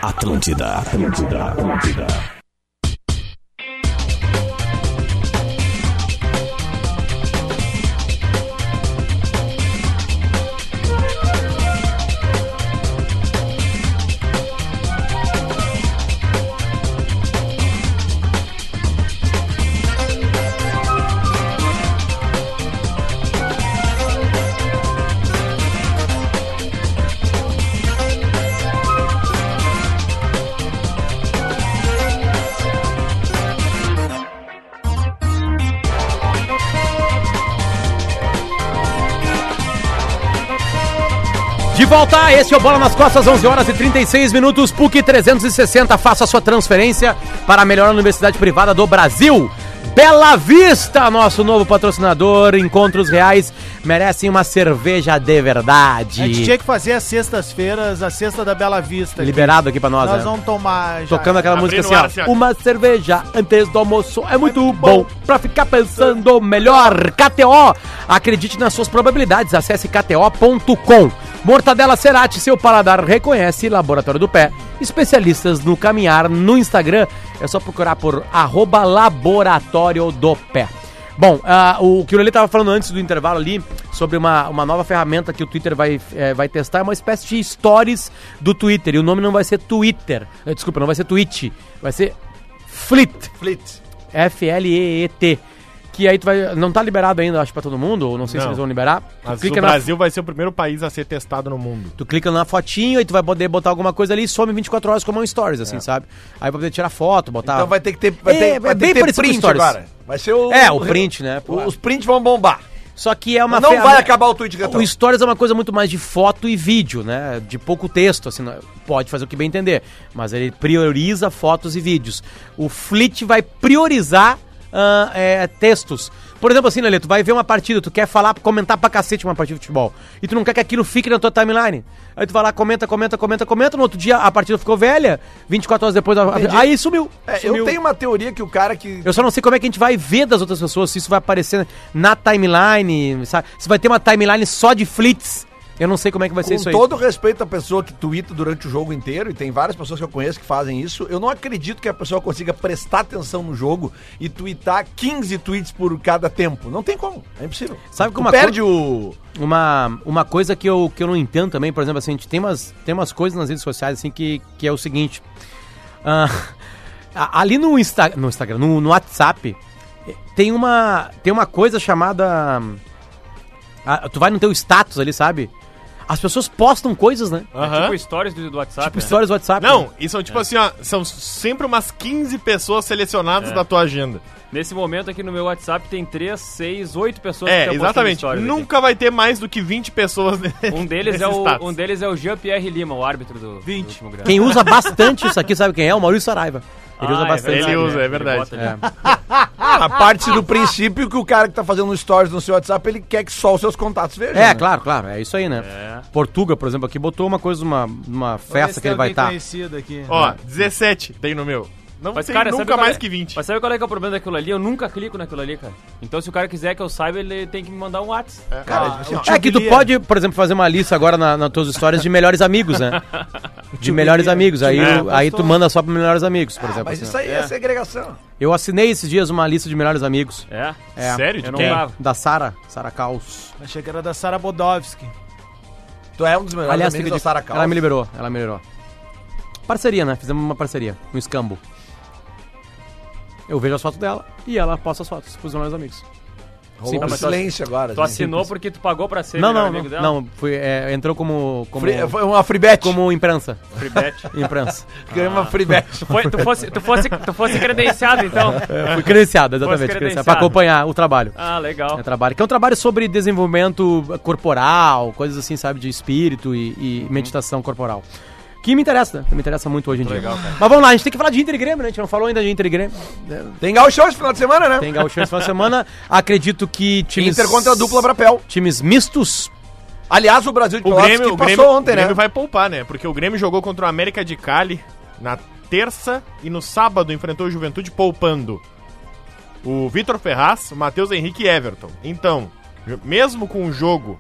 Atlântida, Atlântida, Atlântida.
De volta, esse é o Bola nas Costas, 11 horas e 36 minutos, PUC 360. Faça sua transferência para a melhor universidade privada do Brasil. Bela Vista, nosso novo patrocinador. Encontros reais merecem uma cerveja de
É, A gente
verdade.
tinha que fazer as sextas-feiras, a sexta da Bela Vista. aqui.
Liberado aqui pra nós,
Nós
né?
vamos tomar já.
Tocando aquela
Abrindo
música assim,
o ar,
ó.
assim, ó.
Uma cerveja antes do almoço é muito bom pra ficar pensando melhor. KTO, acredite nas suas probabilidades. Acesse kto.com. Mortadela Cerati, seu paladar reconhece. Laboratório do Pé, especialistas no caminhar. No Instagram, é só procurar por arroba laboratório do pé. Bom, ah, o que o Lelê tava falando antes do intervalo ali, sobre uma, uma nova ferramenta que o Twitter vai, eh, vai testar, é uma espécie de stories do Twitter. E o nome não vai ser Twitter. Eh, Desculpa, não vai ser Twitch. Vai ser Flit.
Flit.
F-L-E-E-T. Que aí tu vai. Não tá liberado ainda, acho, pra todo mundo, ou não sei se
Não.
eles vão liberar. Tu
Mas
clica,
o
na,
Brasil vai ser o primeiro país a ser testado no mundo.
tu clica na fotinho e tu vai poder botar alguma coisa ali e some 24 horas como um stories, assim, sabe? Aí vai poder tirar foto, botar.
Então vai ter que ter, vai
É,
ter,
é
vai ter
bem
que ter
parecido com
print
stories.
agora. Vai ser o...
É, o print, né?
o- Os prints vão bombar.
Só que é uma
Mas não vai
ferramenta-
acabar o tweet gratuito.
O Stories é uma coisa muito mais de foto e vídeo, né? De pouco texto, assim, não- pode fazer o que bem entender. Mas ele prioriza fotos e vídeos. O Flit vai priorizar ah, é, textos. Por exemplo, assim, Lelê, tu vai ver uma partida, tu quer falar, comentar pra cacete uma partida de futebol. E tu não quer que aquilo fique na tua timeline. Aí tu vai lá, comenta, comenta, comenta, comenta. No outro dia a partida ficou velha, 24 horas depois. a- Aí sumiu.
É,
sumiu.
eu tenho uma teoria que o cara que...
Eu só não sei como é que a gente vai ver das outras pessoas, se isso vai aparecer na timeline, sabe? Se vai ter uma timeline só de flits Eu não sei como é que vai ser isso
Com
aí.
todo respeito à pessoa que tuita durante o jogo inteiro, e tem várias pessoas que eu conheço que fazem isso, eu não acredito que a pessoa consiga prestar atenção no jogo e tuitar 15 tweets por cada tempo. Não tem como, é impossível.
Sabe que
Tu
uma
perde o...
Uma, uma coisa que eu, que eu não entendo também, por exemplo, assim, a gente tem umas, tem umas coisas nas redes sociais assim que, que é o seguinte. ah, a- ali no, Insta, no Instagram, no, no WhatsApp, eh, tem uma, tem uma coisa chamada. ah, tu vai no teu status ali, sabe? As pessoas postam coisas, né?
É
Aham.
tipo stories do, do WhatsApp.
Tipo
né?
histórias do WhatsApp.
Não, e são
É.
tipo assim, ó, são sempre umas 15 pessoas
É.
selecionadas da tua agenda.
Nesse momento aqui no meu WhatsApp tem 3, 6, 8 pessoas
É,
tão postando
exatamente.
stories aqui.
Nunca vai ter mais do que 20 pessoas nesse-
Um deles,
nesse
é o,
status.
um deles é o Jean-Pierre Lima, o árbitro do,
20.
do último grande.
Quem usa bastante isso aqui, sabe quem é? O Maurício Saraiva. Ele
Ah,
usa bastante.
verdade. Ele usa, é verdade.
né? bota ali.
A parte do princípio que o cara que tá fazendo stories no seu WhatsApp, ele quer que só os seus contatos vejam.
É,
né?
claro, claro, é isso aí, né? Portuga, por exemplo, aqui botou uma coisa, uma, uma festa que ele vai tá. estar.
conhecido aqui.
Ó, 17 tem no meu. Não
Mas,
tem
cara, sabe
nunca
qual
mais
é?
que 20.
Mas sabe qual é, que é o problema daquilo ali? Eu nunca clico naquilo ali, cara. Então se o cara quiser que eu saiba, ele tem que me mandar um WhatsApp.
Cara, assim, ó,
É que tu
Bilia.
pode, por exemplo, fazer uma lista agora na- nas tuas histórias de melhores amigos, né? De melhores amigos. Aí,
Bilia.
o- aí tu manda só para melhores amigos, por exemplo.
mas
assim.
isso aí é, segregação.
Eu assinei esses dias uma lista de melhores amigos.
É?
É.
Sério? De
Eu não
quem?
dava.
Da Sara, Sara Caos.
Achei que era da Sara Bodovski.
Tu é um dos melhores
Aliás,
amigos da
acredito-
Sarah
ela me
Call.
liberou, ela me liberou. Parceria, né? Fizemos uma parceria, um escambo. Eu vejo as fotos dela e ela posta as fotos pros melhores amigos.
Rolou um
mas tu-
silêncio agora.
Tu
assim.
assinou porque tu pagou pra ser
Não,
é melhor
não,
amigo
não,
dela?
não foi, é, entrou como como,
Free- Foi uma free bet.
como imprensa,
Free bet.
imprensa.
Ganhei
Ah.
uma free bet.
Foi- tu, fosse, tu, fosse, tu fosse credenciado, então.
Fui credenciado, exatamente,
Fosse
credenciado, para acompanhar o trabalho.
Ah, legal.
É trabalho, que é um trabalho sobre desenvolvimento corporal, coisas assim, sabe, de espírito e, e meditação corporal. Que me interessa, né? me interessa muito hoje em dia. Mas vamos lá, a gente tem que falar de Inter e Grêmio, né? A gente não falou ainda de Inter e Grêmio.
Tem gauchão esse final de semana, né?
Tem gauchão esse final de semana. Acredito que times...
Inter contra a dupla Brapel.
Times mistos.
Aliás, o Brasil de
O
Pelotas
Grêmio,
que
o
passou
Grêmio,
ontem,
o Grêmio
né?
vai poupar, né? Porque o Grêmio jogou contra o América de Cali na terça e no sábado enfrentou o Juventude poupando o Vitor Ferraz, o Matheus Henrique e Everton. Então, ju- mesmo com o jogo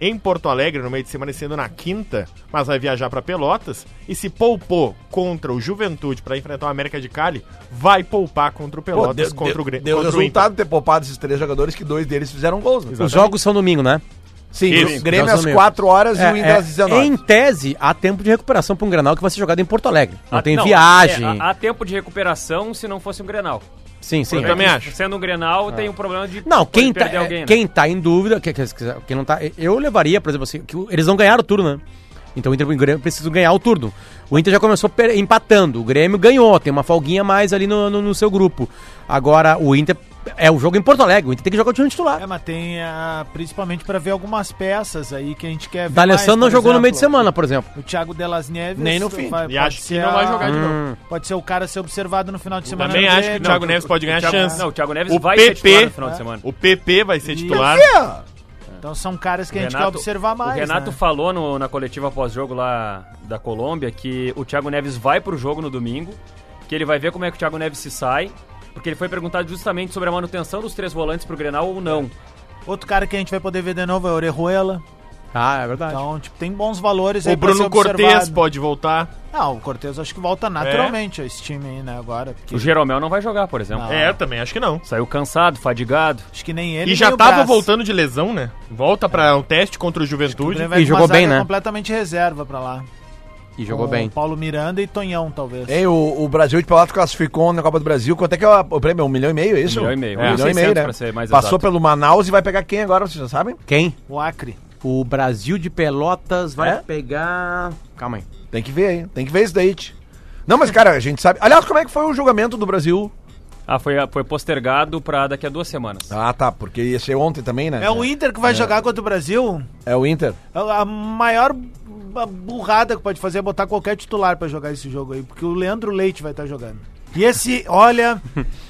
em Porto Alegre no meio de semana e sendo na quinta, mas vai viajar pra Pelotas e se poupou contra o Juventude pra enfrentar o América de Cali, vai poupar contra o
Pô,
Pelotas
deu-
contra
deu-
o Grêmio.
Deu
contra o
resultado ter poupado esses três jogadores, que dois deles fizeram gols. né?
Os jogos são domingo, né?
Sim,
Isso.
o Grêmio
Nós
às
vamos-
4 horas e
É,
o Inter
é,
às 19.
em tese, há tempo de recuperação para um Granal que vai ser jogado em Porto Alegre. Não
Ah,
tem
é,
viagem.
há, há tempo de recuperação se não fosse um Grenal.
Sim, sim.
Eu também acho.
Sendo um Grenal, tem um problema de
Ah. Não, quem tá,
perder alguém. né?
quem tá em dúvida, que- que- que- quem não tá, eu levaria, por exemplo, assim, que o- eles não ganharam o turno, né? Então o Inter e o Grêmio precisam ganhar o turno. O Inter já começou per- empatando, o Grêmio ganhou, tem uma folguinha a mais ali no, no- no seu grupo. Agora, o Inter é o jogo em Porto Alegre, o Inter tem que jogar o time titular.
É, mas tem ah, principalmente pra ver algumas peças aí que a gente quer ver.
da Alessandro
mais,
não
por
jogou no
exemplo.
meio de semana, por exemplo.
O Thiago Delas Neves.
Nem no fim.
E acho que não vai jogar de
Hum.
novo.
Pode ser o cara ser observado no final de semana.
Também
no
acho que
Grêmio.
o Thiago Neves pode ganhar
Thiago-
chance.
Não, o Thiago Neves
O
vai ser
PP,
titular no
Ah.
final de semana.
O PP vai ser titular.
Por quê?
Então são caras que a gente
Renato-
quer observar mais.
O Renato
né?
falou no- na coletiva pós-jogo lá da Colômbia que o Thiago Neves vai pro jogo no domingo, que ele vai ver como é que o Thiago Neves se sai, porque ele foi perguntado justamente sobre a manutenção dos três volantes pro Grenal ou não.
Outro cara que a gente vai poder ver de novo é o Orejuela.
Ah, é verdade.
Então, tipo, tem bons valores
O
aí pra
Bruno
ser
Cortez
observado.
pode voltar.
Não, Ah, o Cortez acho que volta naturalmente a esse time aí, né, agora. Porque
O Jeromel não vai jogar, por exemplo.
Não. Ah.
É, eu também acho que não.
Saiu cansado, fadigado.
acho que nem ele
E
nem
já
o
tava
Braz.
voltando de lesão, né? Volta pra um teste contra o
O
Juventude.
Grêmio vai
E
com uma
jogou bem,
zaga
né?
completamente reserva pra lá.
E jogou
Com
bem.
Paulo Miranda e Tonhão, talvez.
Ei, o, o Brasil de Pelotas classificou na Copa do Brasil. Quanto é que é o, o prêmio? Um milhão e meio, é isso?
Um milhão e meio.
Um
É,
milhão e meio,
600
né?
pra ser mais
Passou
exato.
pelo Manaus e vai pegar quem agora, vocês já sabem?
Quem?
O Acre.
O Brasil de Pelotas vai
É?
pegar. Calma aí.
Tem que ver aí. Tem que ver isso daí. tch. Não, mas cara, a gente sabe. Aliás, como é que foi o julgamento do Brasil?
Ah, foi, foi postergado pra daqui a duas semanas.
Ah, tá, porque ia ser ontem também, né?
É
um
o Inter que vai jogar contra o Brasil?
É o Inter.
A a maior b- burrada que pode fazer é botar qualquer titular pra jogar esse jogo aí, porque o Leandro Leite vai estar jogando. E esse, olha,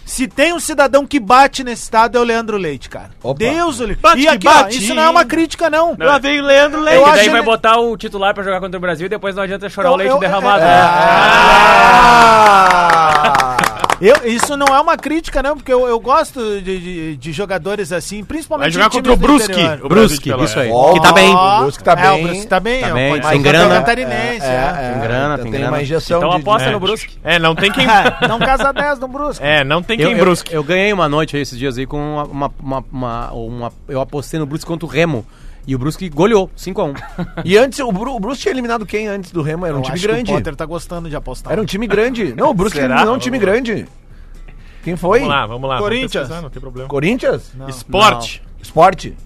se tem um cidadão que bate nesse estado é o Leandro Leite, cara.
Opa.
Deus, ele.
Bate
e
que
aqui, ó,
bate,
isso não é uma crítica não.
Não, é
veio o Leandro
que
eu acho
daí vai
ele-
botar o titular pra jogar contra é né?
é,
o
um
Brasil e depois não adianta chorar
Eu-
o leite
eu-
derramado.
é-
né?
Ah!
Eu, isso não é uma crítica, não, porque eu, eu gosto de, de- de jogadores assim, principalmente.
Vai jogar
de
contra o
times do
Brusque.
interior.
o Brasil de
Brusque,
Pelotas.
isso aí.
Ó.
Que tá bem.
Ó,
O Brusque tá
É,
bem.
o Brusque tá bem.
Tá
é,
bem,
pode
tem
ser
grana.
Catarinense, é.
Tem grana, tem grana.
uma injeção
Então
de-
aposta
de-
no Brusque.
É, não tem quem.
Não casa 10 no Brusque.
é, não tem
Eu,
quem
eu-
brusque.
eu ganhei uma noite aí esses dias aí com uma, uma, uma- uma- uma- Eu apostei no Brusque contra o Remo. E o Brusque goleou, 5x1.
E antes, o, Bru, o Brusque tinha eliminado quem antes do Remo? Era um
Eu
time
acho que
grande.
O Potter tá gostando de apostar.
Era um time grande. Não, o Brusque
Será?
eliminou um time grande. Quem foi?
Vamos lá, vamos lá. vamos
Corinthians.
tá
pesquisar, Não tem problema.
Corinthians?
Esporte.
Esporte.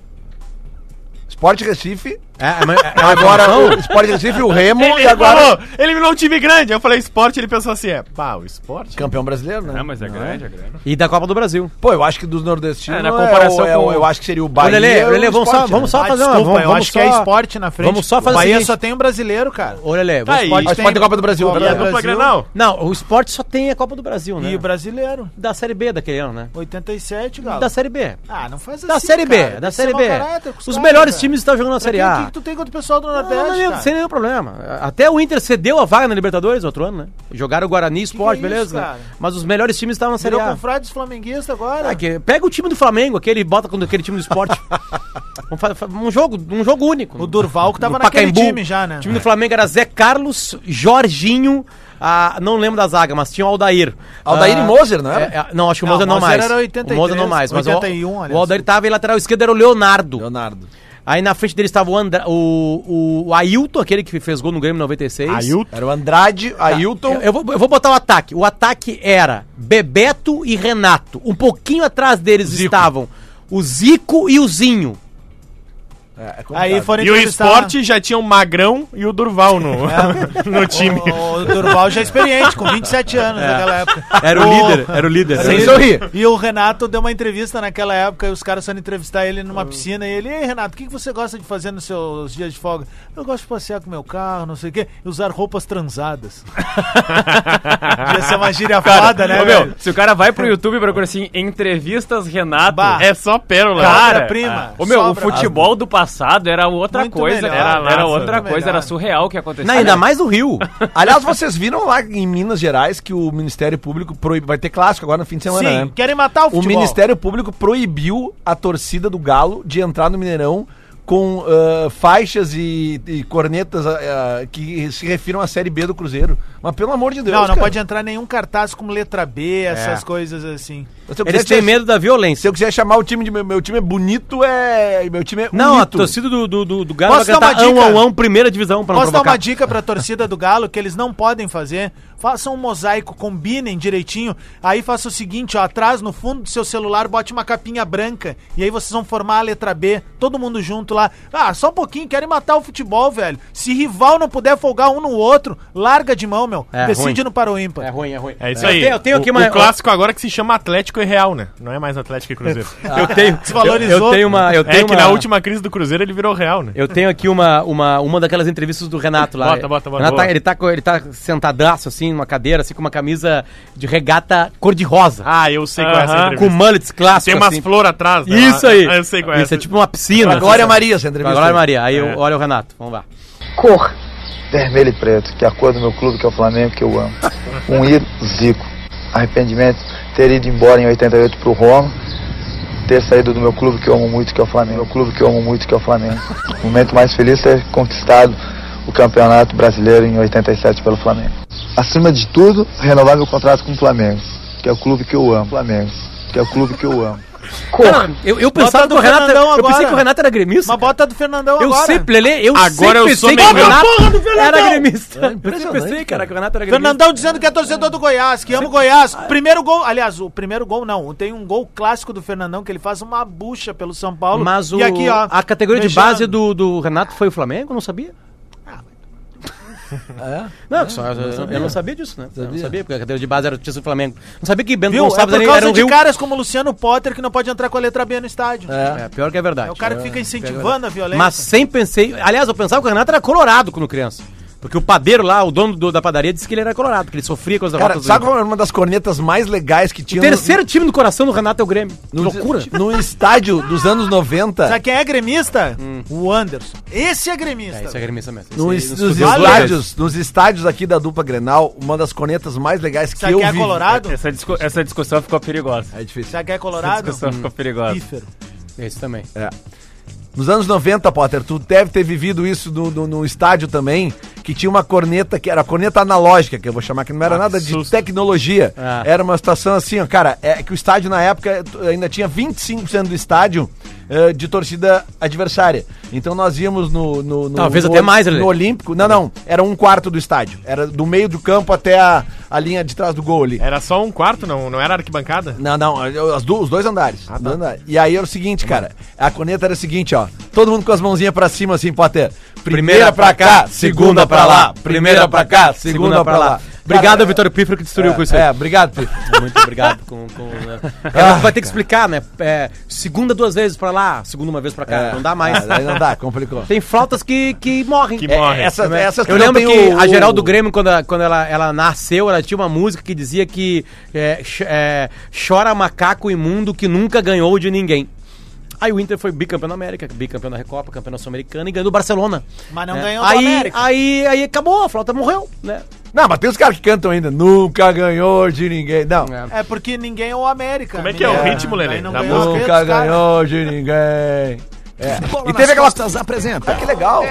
Esporte Recife.
É, é, mas- é,
Agora o Esporte Recife, o Remo e agora.
falou, eliminou um time grande. Eu falei esporte, ele pensou assim: é, pá, o esporte?
Campeão brasileiro, né?
Ah, mas é grande, é grande.
e da Copa do Brasil.
Pô, eu acho que dos nordestinos.
É, na comparação
é o- é o-
com-
eu acho que seria o
Ô,
Bahia.
Lelê,
e o
Lelê, vamos só,
Sport, né?
vamos só
Ah,
fazer uma.
desculpa,
Vamos,
eu acho
vamos
que é
só-
esporte na frente.
vamos só fazer
o
o
Bahia
seguinte.
só tem um brasileiro, cara.
Ô, Lelê,
Tá
você
aí.
pode-
Ah,
Tem-
Esporte da Copa do Brasil.
Copa
E a
verdade.
dupla Grenal?
Não, o esporte só tem a Copa do Brasil, né?
E brasileiro.
Da Série B daquele ano, né?
87, galo.
Da Série B.
Ah, não faz assim.
Da Série B,
cara.
da
Tem
Série
que ser
B.
mau caráter com
Os
caras,
melhores
cara.
times estão jogando na
Pra
Série
quem-
A.
O que que tu tem contra o pessoal do Nordeste?
Não, não,
cara?
sem nenhum problema. Até o Inter cedeu a vaga na Libertadores outro ano, né? Jogaram o Guarani e Sport,
que é
beleza? né?
isso, cara?
Mas os melhores times estavam na Série
Virou
A.
com frades flamenguista agora?
Ah, que- pega o time do Flamengo, aquele e bota contra aquele time do esporte. Vamos fa- fa- um, jogo, um jogo único.
O Durval que tava
No
naquele
Pacaembu.
time já, né?
O time do Flamengo era Zé Carlos, Jorginho, ah, não lembro da zaga, mas tinha o Aldair.
Aldair e
Ah,
Moser, não era?
é, é, não, acho que o
Não,
Moser não
Ah, Moser
mais.
era
o
83,
Moser não mais, mas
81,
o,
aliás.
o Aldair tava e lateral esquerdo era o Leonardo.
Leonardo.
Aí na frente dele estava o, Andra, o, o Ailton, aquele que fez gol no Grêmio em 96.
Ailton.
Era o Andrade, Ailton.
Tá. Eu, eu vou, eu vou botar o ataque. O ataque era Bebeto e Renato. Um pouquinho atrás deles estavam o Zico e o Zinho.
É, é complicado.
Aí foram
E o
entrevistar-
esporte já tinha o Magrão e o Durval no,
É.
no time.
O, o Durval já é experiente, com 27 anos naquela época.
Era o líder, era o líder.
Sem
Era o líder.
sorrir.
E o Renato deu uma entrevista naquela época e os caras foram entrevistar ele numa piscina. E ele, ei, Renato, o que que você gosta de fazer nos seus dias de folga? Eu gosto de passear com meu carro, não sei o quê, e usar roupas transadas. Essa é uma gíria foda, né?
Ô, meu,
velho?
se o cara vai pro YouTube e procura assim, entrevistas Renato.
Bah.
É só pérola.
Cara,
primo.
prima.
ah, Ô, meu, o
sobra.
futebol do passado era outra
Muito
coisa,
melhor.
cara.
Era
Era, outra
muito
coisa, era
melhor.
surreal o que acontecia.
Não, ainda mais o Rio.
Aliás, vocês viram lá em Minas Gerais que o Ministério Público proibiu. Vai ter clássico agora no fim de semana,
Sim,
né?
querem
é
matar o
O
futebol.
Ministério Público proibiu a torcida do Galo de entrar no Mineirão com ah, faixas e, e cornetas ah, ah, que se refiram à Série B do Cruzeiro. Mas pelo amor de Deus.
Não, não
cara.
pode entrar nenhum cartaz como letra B, essas coisas assim.
Se eu,
Eles
quiser,
têm
medo.
medo da
se
violência.
eu quiser chamar o time de meu, meu time é bonito, é. Meu time é
Não, a
bonito.
torcida do, do, do, do Galo
Posso
vai
dar uma
cantar ão,
dica?
ão, ão, primeira divisão pra não
Posso dar
provocar.
uma dica pra torcida do Galo que eles não podem fazer? Façam um mosaico, combinem direitinho. Aí faça o seguinte, ó, atrás no fundo do seu celular bote uma capinha branca e aí vocês vão formar a letra B, todo mundo junto lá. Ah, só um pouquinho, querem matar o futebol, velho. Se rival não puder folgar um no outro, larga de mão, meu.
É,
Decide
ruim.
no para o ímpar.
É ruim, é ruim.
É isso
Eu
aí.
tenho- Eu tenho aqui
o,
uma...
o clássico agora que se chama Atlético e Real, né? Não é mais Atlético e Cruzeiro.
Eu tenho...
Desvalorizou.
Eu tenho uma... Ah, Eu tenho
é que
uma-
na última crise do Cruzeiro ele virou Real, né?
Eu tenho aqui uma, uma, uma daquelas entrevistas do Renato lá.
Bota, bota, bota,
Renato tá-
boa.
ele, tá, co- ele tá sentadaço, assim, numa cadeira, assim, com uma camisa de regata cor-de-rosa.
Ah, eu sei qual é essa
Aham.
com
entrevista.
mullets clássicos.
Tem umas
assim.
flores atrás. né?
Isso
Ah,
aí.
Eu sei qual é
Isso
essa.
é tipo uma piscina.
A Glória Maria, essa
Agora
entrevista.
Glória Maria. Aí
É.
eu olha o Renato. Vamos lá.
cor. Vermelho e preto, que é a cor do meu clube, que é o Flamengo, que eu amo. Um ídolo, Zico. Arrependimento, ter ido embora em 88 pro Roma, ter saído do meu clube que eu amo muito, que é o Flamengo. Meu clube que eu amo muito, que é o Flamengo. O momento mais feliz é ter conquistado o Campeonato Brasileiro em 87 pelo Flamengo. Acima de tudo, renovar meu contrato com o Flamengo, que é o clube que eu amo. Flamengo, que é o clube que eu amo.
Cara, eu, eu pensava que
Bota do
o Renato.
Fernandão
Eu pensei
agora.
que o Renato era gremista.
Uma bota do Fernandão
Eu
agora.
sempre, Lelê, eu
Agora
sempre
eu
pensei
sou
que o
melhor.
Renato era gremista. Eu sempre pensei, cara, que o Renato era gremista.
Fernandão dizendo que é torcedor do Goiás, que ama o Goiás. Primeiro gol, aliás, o primeiro gol não. Tem um gol clássico do Fernandão que ele faz uma bucha pelo São Paulo.
Mas o,
e aqui, ó,
a categoria de
mexendo.
base do, do Renato foi o Flamengo? Eu não sabia? Não, só- É? eu, eu não sabia disso, né? Eu não sabia, porque a categoria de base era o título do Flamengo. Não sabia que Bento
Viu? É
Gonçalves
por
era, era
causa
um
de
Rio.
caras como Luciano Potter que não pode entrar com a letra B no estádio. É,
É, pior que é verdade.
o cara que fica incentivando a violência.
Mas sempre pensei. Aliás, eu pensava que o Renato era colorado quando criança. Porque o padeiro lá, o dono do- da padaria, disse que ele era colorado, que ele sofria com as
Cara,
derrotas. do
sabe
Inter.
qual era uma das cornetas mais legais
é
que
é.
tinha?
O
no-
terceiro time do coração do Renato é o Grêmio. Que
no,
loucura.
No estádio dos anos 90.
Sabe quem é gremista? O Anderson. Esse é gremista.
Hum. É, isso é gremista mesmo.
Nos,
Isso aí,
nos
subiu duas vezes.
estádios, nos estádios aqui da dupla Grenal, uma das cornetas mais legais que
Sabe
eu
quem é
vi.
colorado?
Essa, discu- essa discussão ficou perigosa.
É difícil.
Sabe quem é
Essa
colorado?
discussão ficou perigosa.
Pífero.
Esse também.
Nos anos 90, Potter, tu deve ter vivido isso no, no- no estádio também, que tinha uma corneta que era a corneta analógica, que eu vou chamar, que não era
Ah, que
nada de
susto.
tecnologia.
Ah.
Era uma situação assim, ó, cara, é que o estádio na época tu- ainda tinha 25% do estádio eh, de torcida adversária. Então nós íamos no. no- no-
Talvez
no-
até mais,
No
Ale.
Olímpico. Não, não. Era um quarto do estádio. Era do meio do campo até a, a linha de trás do gol ali.
Era só um quarto, não, não era arquibancada?
Não, não, eu- as du- os dois andares. Os dois andares. E aí era o seguinte, cara. A corneta era o seguinte, ó. Todo mundo com as mãozinhas pra cima, assim, Potter. Primeira pra cá, segunda pra lá. Primeira pra cá, segunda pra lá.
Obrigado,
Cara,
Vitório Pífero, que destruiu
é,
com isso aí.
É, obrigado, Pi.
Muito obrigado. Com, com, né?
Ah.
Ela vai ter que explicar, né? É, segunda duas vezes pra lá, segunda uma vez pra cá.
É,
Não dá mais.
é, daí não dá, complicou.
Tem flautas que, que morrem.
Que
É,
morre.
Essas, essas
Eu
não
lembro
tem
que
o-
a Geral do
o-
Grêmio, quando, ela- quando ela, ela nasceu, ela tinha uma música que dizia que é, ch- é, chora macaco imundo que nunca ganhou de ninguém. Aí o Inter foi bicampeão da América, bicampeão da Recopa, campeão da Sul-Americana e ganhou do Barcelona.
Mas não
né?
ganhou do
aí,
América.
Aí, aí acabou, a flauta morreu, né?
Não, mas tem os caras que cantam ainda. Nunca ganhou de ninguém. Não.
É porque ninguém é o América.
Como é que é o
Mineiro.
ritmo, Lelê?
Aí não
Da
ganhou os
Nunca
dedos, cara.
ganhou de ninguém. É. E teve aquela. Ah,
Costas apresenta.
Que legal.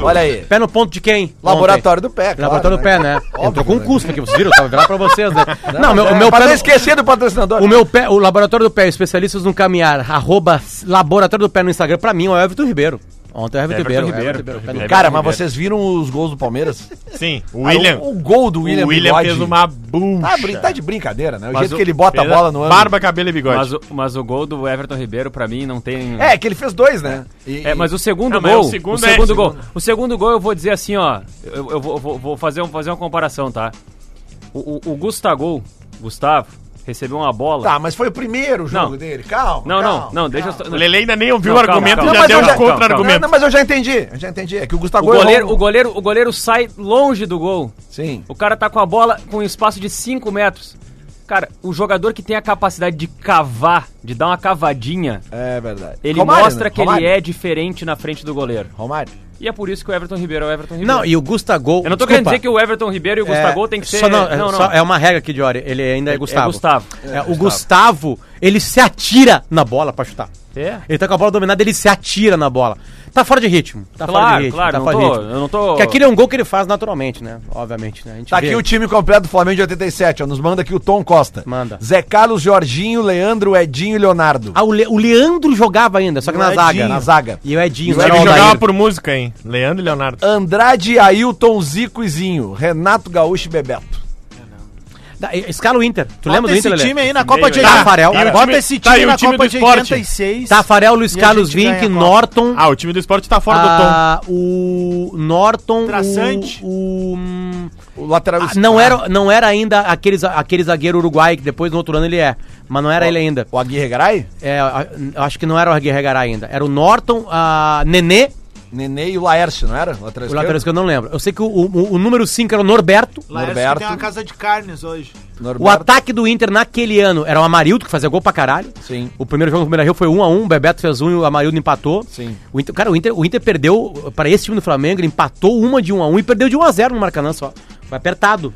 Olha aí.
Pé no ponto de quem?
Laboratório do pé,
Ontem. Laboratório do
claro,
pé, né? Entrou com um custo aqui, vocês viram? Eu tava virando pra vocês, né? Não, meu,
é,
o meu
É, Pra
pé.
não
no-
esquecer do patrocinador.
O meu pé, o Laboratório do Pé, especialistas no caminhar, arroba Laboratório do Pé no Instagram, pra mim é o Everton Ribeiro. Ontem é o Everton Ribeiro. Everton Ribeiro, pé no-
Ribeiro.
Cara, mas vocês viram os gols do Palmeiras?
Sim, o William.
O, o gol do
O
William,
William,
Bigode.
fez uma bucha.
Ah, brin- tá de brincadeira, né? O
Mas
jeito
o-
que ele bota a
Fez a
bola no ângulo.
Barba, cabelo e bigode.
Mas, o- mas o gol do Everton Ribeiro, pra mim, não tem.
É, que ele fez dois, né? E-
É, mas o segundo
Não, mas
gol.
o
O
segundo
segundo,
é-
gol. O segundo gol eu vou dizer assim, ó. Eu, eu vou, vou- vou fazer, um- fazer uma comparação, tá? O, o, o Gustavo, Gustavo recebeu uma bola.
Tá, mas foi o primeiro jogo
Não.
dele. Calma.
não,
calma.
não, não, deixa eu. só-
O Lele ainda nem ouviu o
Não,
argumento,
calma,
já
calma,
deu
calma,
um
calma,
calma.
contra-argumento.
Não, mas eu já entendi. Eu já entendi. É que o Gustavo
O goleiro,
errou.
o, goleiro, o goleiro sai longe do gol.
Sim.
O cara tá com a bola com um espaço de 5 metros. Cara, o jogador que tem a capacidade de cavar, de dar uma cavadinha,
É verdade.
ele
Romário,
mostra
né?
que
Romário.
ele é diferente na frente do goleiro.
Romário.
E é por isso que o Everton Ribeiro é o Everton Ribeiro.
Não, e o Gustavo.
Eu não tô querendo dizer que o Everton Ribeiro e o Gustavo tem que ser.
Só não, é, só- é uma regra aqui, Diori. Ele ainda é Gustavo.
Gustavo.
É, o Gustavo, ele se atira na bola pra chutar.
É.
Ele tá com a bola dominada, ele se atira na bola. Tá fora de ritmo. Tá fora de
Claro,
ritmo.
claro,
tá
não
fora
tô- eu não tô-
Porque aquele é um gol que ele faz naturalmente, né? Obviamente, né? A gente
Tá
vê.
aqui o time completo do Flamengo de 87, ó. Nos manda aqui o Tom Costa.
Manda.
Zé Carlos, Jorginho, Leandro, Edinho e Leonardo.
Ah, o, Le- o Leandro jogava ainda, só que
E o
na zaga.
Edinho. Na zaga.
E o Edinho.
O
não era
time
o
jogava
Aldair.
por música, hein? Leandro e Leonardo.
Andrade, Ailton, Zico e Zinho. Renato Gaúcho e Bebeto.
Da- Tá, Escala o Inter. Tu
Bota
lembra do Inter,
esse
Lelê?
time aí na Copa de
aí.
Tafarel.
E o
Bota
time-
esse
tá,
time
e o
na
time
Copa
do
de
esporte?
86.
Tafarel, Luiz
E a
Carlos
gente ganha
Vink,
a Copa.
Norton.
Ah, o time do esporte tá fora do tom.
ah, o Norton.
Traçante.
O. o, hum,
O lateral
ah, não, era, não era ainda aquele, za- aquele zagueiro uruguai que depois no outro ano ele é. Mas não era ele ainda.
O Aguirre Garay?
É, a- eu acho que não era o Regará ainda. Era o Norton, a Nenê.
Nenê e o Laércio, não era? O lateral
O lateral que eu não lembro. Eu sei que o, o- o número 5 era o Norberto.
Lá esse que
Norberto.
tem uma casa de carnes hoje.
Norberto.
O ataque do Inter naquele ano era o Amarildo, que fazia gol pra caralho.
Sim.
O primeiro jogo do Beira Rio foi 1 a 1 o Bebeto fez um e o Amarildo empatou.
Sim.
O Inter, cara, o Inter, o Inter perdeu para esse time do Flamengo, ele empatou uma de 1 a 1 e perdeu de 1 a 0 no Maracanã só. Foi apertado.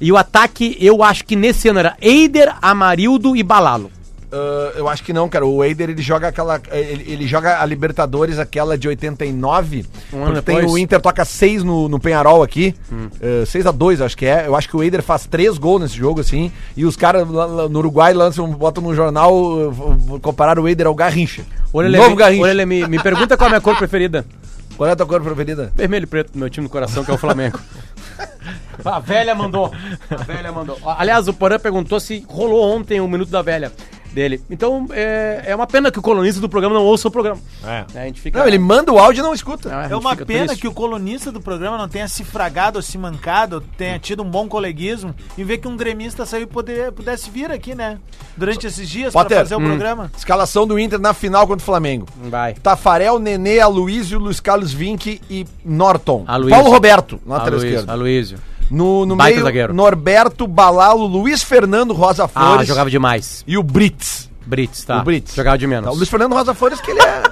E o ataque, eu acho que nesse ano era Eider, Amarildo e Balalo.
Ah, eu acho que não, cara. O Eider ele joga aquela. Ele, ele joga a Libertadores, aquela de 89.
Um ano
porque tem
depois. Hum.
o Inter toca 6 no, no Penharol aqui. Ah, 6x2, acho que é. Eu acho que o Eider faz 3 gols nesse jogo, assim. E os caras lá- lá no Uruguai lançam, botam no jornal. uh, v- Compararam o Eider ao Garrincha.
Olha ele,
Novo
me,
Garrincha.
olha ele me, me pergunta qual é a minha cor preferida.
Qual é a tua cor preferida?
Vermelho e preto do meu time do coração, que é o Flamengo. A velha mandou. A velha mandou. Aliás, o Porã perguntou se rolou ontem o minuto da velha. dele. Então é, é uma pena que o colunista do programa não ouça o programa.
É.
né? A gente fica. Ah,
Não, ele manda o áudio e não escuta.
É uma pena que o colunista do programa não tenha se fragado ou se mancado, tenha tido um bom coleguismo e ver que um gremista saiu e poder, pudesse vir aqui, né? Durante esses dias pra
Potter,
Hum.
fazer o programa.
Escalação do Inter na final contra o Flamengo.
Vai.
Tafarel, Nenê, Aloysio, Luiz Carlos Vinck e Norton.
Aloysio.
Paulo Roberto, na lateral
Aloysio.
esquerda.
Aloysio.
No, no
Baita
meio,
zagueiro.
Norberto, Balalo, Luiz Fernando, Rosa
Ah,
Flores
jogava demais.
e o Brits.
Brits, tá.
O Brits.
Jogava de menos.
Tá, o Luiz Fernando Rosa Flores que ele é...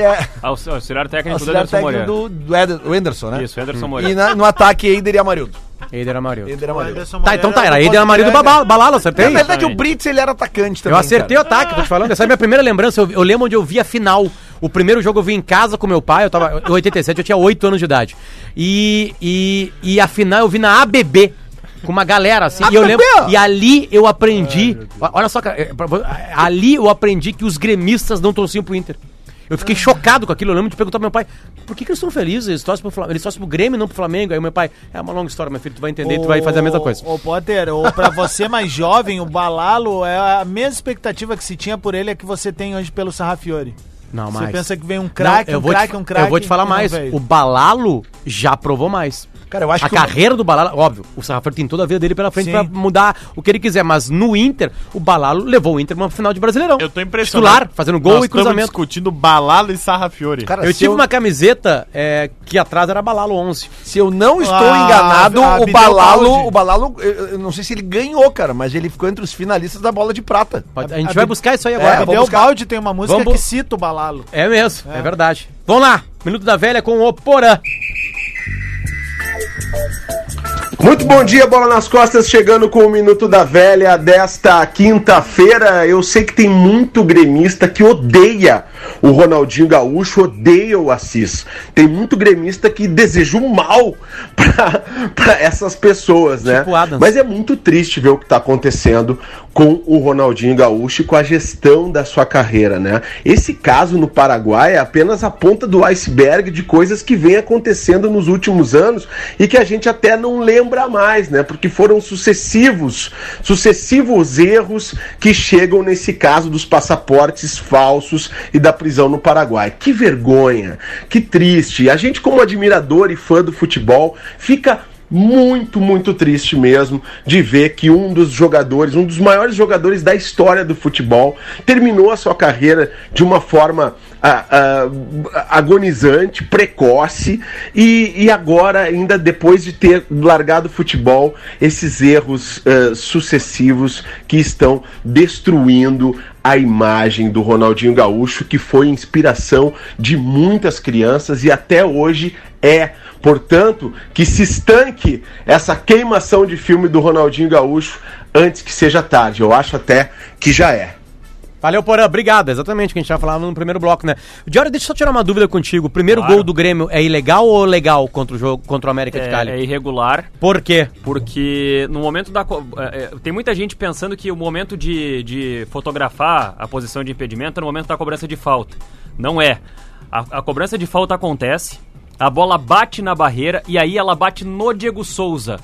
é
Aux- Ah, Auxiliar técnico do
auxiliar
Anderson
técnico
Moreira.
do, do Eder- o Enderson, né?
Isso, Anderson
E
Moreira.
na- no ataque, Eider e Amarildo.
Eider era Amarildo.
Eider e Amarildo.
Anderson
Tá,
Moreira
então tá. Era
do
Eider era marido do
Porto
Babala, Balala,
Na
acertei?
verdade, é o
Exatamente.
Brits ele era atacante também.
Eu acertei
cara.
o ataque, tô te falando. Essa é a minha primeira lembrança. Eu, eu lembro onde eu vi a final. O primeiro jogo eu vi em casa com meu pai, eu tava em 87, eu tinha 8 anos de idade. E, e, e a final eu vi na ABB. Com uma galera, assim. e eu lembro.
ABB?
E ali eu aprendi. o- Olha só, cara, é, pra- ali eu aprendi que os gremistas não torciam pro Inter. Eu fiquei chocado com aquilo. Eu lembro de perguntar pro meu pai: por que, que eles estão felizes? Eles torcem, pro Flamengo, eles torcem pro Grêmio e não pro Flamengo. Aí o meu pai: é uma longa história, meu filho, tu vai entender, tu vai fazer a mesma coisa.
Ô, Potter, ou pra você mais jovem, o Balalo é a mesma expectativa que se tinha por ele é que você tem hoje pelo Sarrafiori.
Não,
Você
mais.
pensa que vem um
Não,
craque,
eu
um
vou te-
craque, um craque.
Eu vou te falar
e não
mais.
veio.
O Balalo já provou mais.
Cara, eu acho
a
que o-
carreira do Balalo, óbvio, o Sarrafiori tem toda a vida dele pela frente
Sim.
pra mudar o que ele quiser, mas no Inter, o Balalo levou o Inter pra uma final de Brasileirão.
Eu tô impressionado.
Titular, fazendo gol
Nós
e cruzamento.
Estamos discutindo balalo e sarra fiore.
Cara,
Eu
se
tive uma camiseta é, que atrás era Balalo 11.
Se eu não estou
Ah,
enganado,
ah,
o
me deu
Balalo,
balde.
o Balalo, eu, eu não sei se ele ganhou, cara, mas ele ficou entre os finalistas da bola de prata.
Pode- A gente vai buscar isso aí agora.
É,
Vamos
Deu
buscar.
balde, tem uma música
Vamos bu-
que cita o Balalo.
É mesmo, é. verdade. Vamos lá, Minuto da Velha com o Porã.
Muito bom dia, Bola nas Costas, chegando com o Minuto da Velha desta quinta-feira. Eu sei que tem muito gremista que odeia o Ronaldinho Gaúcho, odeia o Assis. Tem muito gremista que deseja o mal para essas pessoas, né?
Tipo Adams.
Mas é muito triste ver o que está acontecendo com o Ronaldinho Gaúcho e com a gestão da sua carreira, né? Esse caso no Paraguai é apenas a ponta do iceberg de coisas que vem acontecendo nos últimos anos e que a gente até não lembra mais, né? Porque foram sucessivos, sucessivos erros que chegam nesse caso dos passaportes falsos e da prisão no Paraguai. Que vergonha, que triste. A gente como admirador e fã do futebol fica muito, muito triste mesmo de ver que um dos jogadores, um dos maiores jogadores da história do futebol, terminou a sua carreira de uma forma ah, ah, agonizante, precoce e, e agora, ainda depois de ter largado o futebol, esses erros ah, sucessivos que estão destruindo a imagem do Ronaldinho Gaúcho, que foi inspiração de muitas crianças e até hoje é. Portanto, que se estanque essa queimação de filme do Ronaldinho Gaúcho antes que seja tarde. Eu acho até que já é.
Valeu, Porã. Obrigado. Exatamente o que a gente já falava no primeiro bloco, né? Diário, deixa eu só tirar uma dúvida contigo. O primeiro gol do Grêmio é ilegal ou legal contra o jogo contra o América de Cali?
É, é irregular,
Por quê?
porque no momento da. co- é, é, tem muita gente pensando que o momento de, de fotografar a posição de impedimento é no momento da cobrança de falta. Não é. A, a cobrança de falta acontece, a bola bate na barreira e aí ela bate no Diego Souza.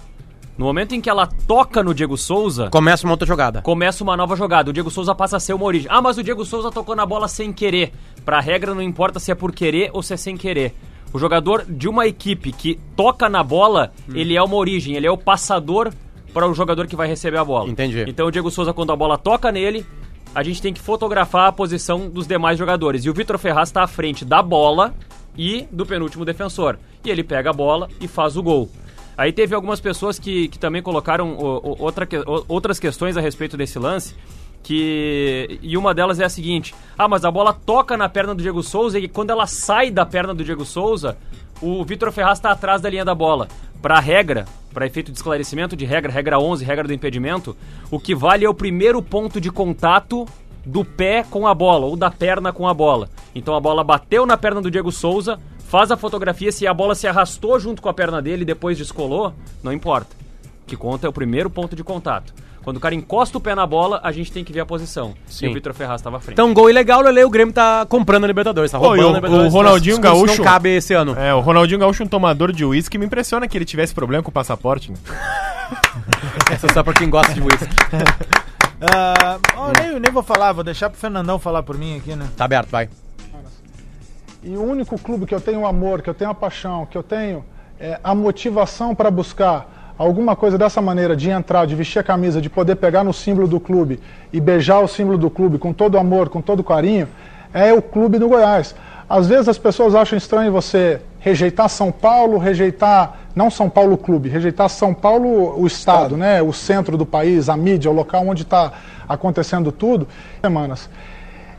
No momento em que ela toca no Diego Souza,
Começa uma outra jogada.
começa uma nova jogada. O Diego Souza passa a ser uma origem. Ah, mas o Diego Souza tocou na bola sem querer. Pra regra, não importa se é por querer ou se é sem querer. O jogador de uma equipe que toca na bola, ele é uma origem, ele é o passador para o jogador que vai receber a bola.
Entendi.
Então o Diego Souza, quando a bola toca nele, a gente tem que fotografar a posição dos demais jogadores. E o Vitor Ferraz está à frente da bola e do penúltimo defensor. E ele pega a bola e faz o gol. Aí teve algumas pessoas que, que também colocaram o- o- outra que- o- outras questões a respeito desse lance. Que. E uma delas é a seguinte: Ah, mas a bola toca na perna do Diego Souza e quando ela sai da perna do Diego Souza, o Vitor Ferraz está atrás da linha da bola. Para regra, para efeito de esclarecimento de regra, regra 11, regra do impedimento, o que vale é o primeiro ponto de contato do pé com a bola ou da perna com a bola. Então a bola bateu na perna do Diego Souza, faz a fotografia, se a bola se arrastou junto com a perna dele e depois descolou, não importa. O que conta é o primeiro ponto de contato. Quando o cara encosta o pé na bola, a gente tem que ver a posição.
Sim.
E o Vitor Ferraz estava à frente.
Então, gol ilegal, Lele, o Grêmio tá comprando a Libertadores, tá
Pô,
roubando
e o-
a Libertadores.
o Ronaldinho
Isso não- isso
Gaúcho-
Não cabe esse ano.
É, o Ronaldinho Gaúcho é um tomador de uísque. Me impressiona que ele tivesse problema com o passaporte. né?
Essa é só pra quem gosta de whisky.
Ah, ó, nem, nem vou falar, vou deixar pro Fernandão falar por mim aqui, né?
Tá aberto, vai.
E o único clube que eu tenho amor, que eu tenho a paixão, que eu tenho é, a motivação para buscar alguma coisa dessa maneira, de entrar, de vestir a camisa, de poder pegar no símbolo do clube e beijar o símbolo do clube com todo amor, com todo carinho, é o clube do Goiás. Às vezes as pessoas acham estranho você rejeitar São Paulo, rejeitar não São Paulo o clube, rejeitar São Paulo o estado, né, o centro do país, a mídia, o local onde está acontecendo tudo. Semanas.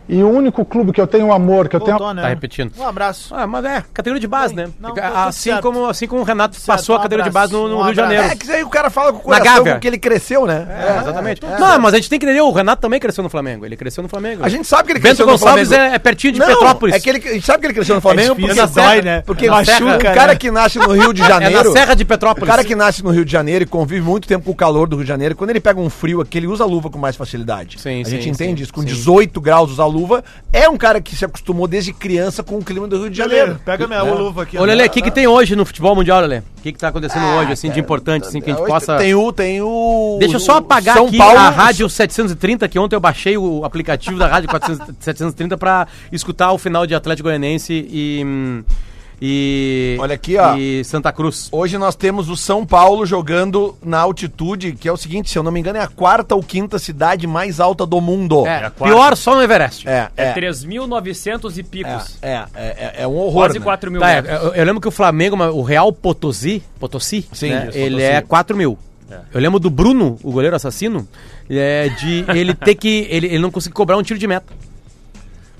E o único clube que eu tenho amor, que eu tenho
Voltou, né?
Tá repetindo.
Um abraço.
Ah, mas é, categoria de base, né?
não,
Fica-
tá tudo
assim,
certo.
como, assim como o Renato
Certo,
passou
um
a categoria de base no, no
abraço,
Rio de
um
Janeiro.
É que aí o cara fala com o coração
Gávea.
porque ele cresceu, né?
É, exatamente. não, mas a gente tem que entender, o Renato também cresceu no Flamengo. Ele cresceu no Flamengo.
A gente sabe que ele
Bento
no
Gonçalves
Flamengo.
é, é pertinho de
Não,
Petrópolis. É
É que ele, a gente sabe que ele cresceu no Flamengo
difícil,
porque,
dói,
serra-
né?
porque
Machuca,
o cara
né?
que nasce no Rio de
É
Janeiro...
na Serra de
O
Petrópolis.
cara que nasce no Rio de Janeiro e convive muito tempo com o calor do Rio de Janeiro, quando ele pega um frio aqui, ele usa luva com mais facilidade.
Sim,
a
sim,
gente entende
sim,
isso. Com
sim.
18 graus usar luva, é um cara que se acostumou desde criança com o clima do Rio de Janeiro.
Pega minha luva aqui. ó.
É. Olha, Lelê, o que, que tem hoje no futebol mundial, Lelê? O que, que tá acontecendo hoje, assim, de importante, assim, que a gente
Ah, Hoje
possa...
Tem o... Tem o
Deixa eu só
o
apagar
São
aqui
Paulo,
a rádio 730, que ontem eu baixei o aplicativo da rádio 400 730 pra escutar o final de Atlético Goianense e... hum, e
Olha aqui, ó.
E Santa Cruz.
Hoje nós temos o São Paulo jogando na altitude, que é o seguinte, se eu não me engano, é a quarta ou quinta cidade mais alta do mundo.
É,
a quarta.
pior só no Everest.
é,
É,
é,
3.900 e picos.
é, é, é, é um horror.
Quase
né?
4 mil
Tá, é,
metros.
eu, eu lembro que o Flamengo, mas o Real Potosí, Potosí,
Sim,
né,
isso,
ele
Potosí.
é 4 mil. Eu lembro do Bruno, o goleiro assassino, é, de ele ter que. Ele, ele não conseguir cobrar um tiro de meta.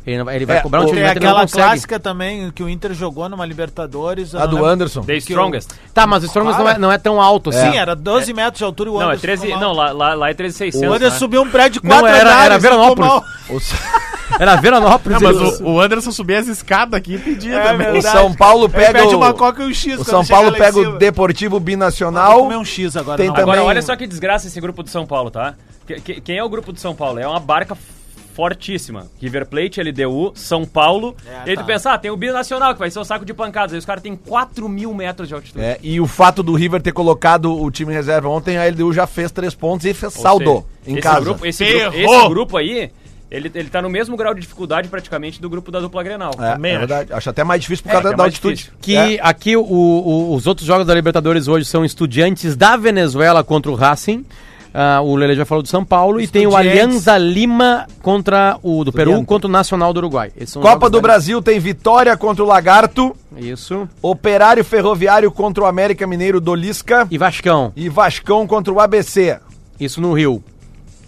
Ele, não vai- ele vai
É,
cobrar um
o-
tiro de
Tem
meta e não
aquela
consegue.
clássica também que o Inter jogou numa Libertadores. eu
A
não
do
lembro-
Anderson.
The Strongest.
Tá, mas o Strongest não é, não é tão alto assim.
Sim, era 12 metros de altura e o
Não, é
Anderson
13.
ficou mal.
Não, lá, lá, lá é 13.600.
O Anderson
né?
subiu um prédio de
Não,
quatro
era- era
ficou
Veranópolis.
um
mal.
Era Veranópolis.
mas
ele-
o, o Anderson subia as escadas aqui e pedia
É
também.
O
verdade.
São Paulo
Ele
pega
pede
o...
uma coca e um X
O
quando
São
chegar
Paulo
lá em
pega
cima.
o Deportivo
Vou
Binacional.
comer um X agora.
Tem
não.
também-
Agora, olha só que desgraça esse grupo do São Paulo, tá? Que- que- quem é o grupo do São Paulo? É uma barca fortíssima. River Plate, LDU, São Paulo.
É,
e aí
tá.
tu pensa, ah, tem o Binacional, que vai ser um saco de pancadas. Aí os caras têm 4 mil metros de altitude.
É, e o fato do River ter colocado o time em reserva ontem, a LDU já fez três pontos e fez
Ou
saldo
seja,
em
esse
casa.
Grupo, esse, grupo,
Ferrou!
esse grupo aí, ele, ele tá no mesmo grau de dificuldade praticamente do grupo da dupla Grenal.
É,
Também
é
acho.
verdade. Acho até mais difícil por
É,
causa
até
da
mais
altitude.
difícil.
Que
É.
aqui o- o- os outros jogos da Libertadores hoje são estudiantes da Venezuela contra o Racing. Ah, o Lele já falou do São Paulo. E tem o
Estudiantes.
Alianza Lima contra o do Peru
Estudiante.
contra o Nacional do Uruguai. Esses são os
Copa
jogos
do
da-
Brasil tem vitória contra o Lagarto,
Isso.
Operário Ferroviário contra o América Mineiro do Lisca
E Vascão.
e Vascão contra o ABC.
Isso no Rio.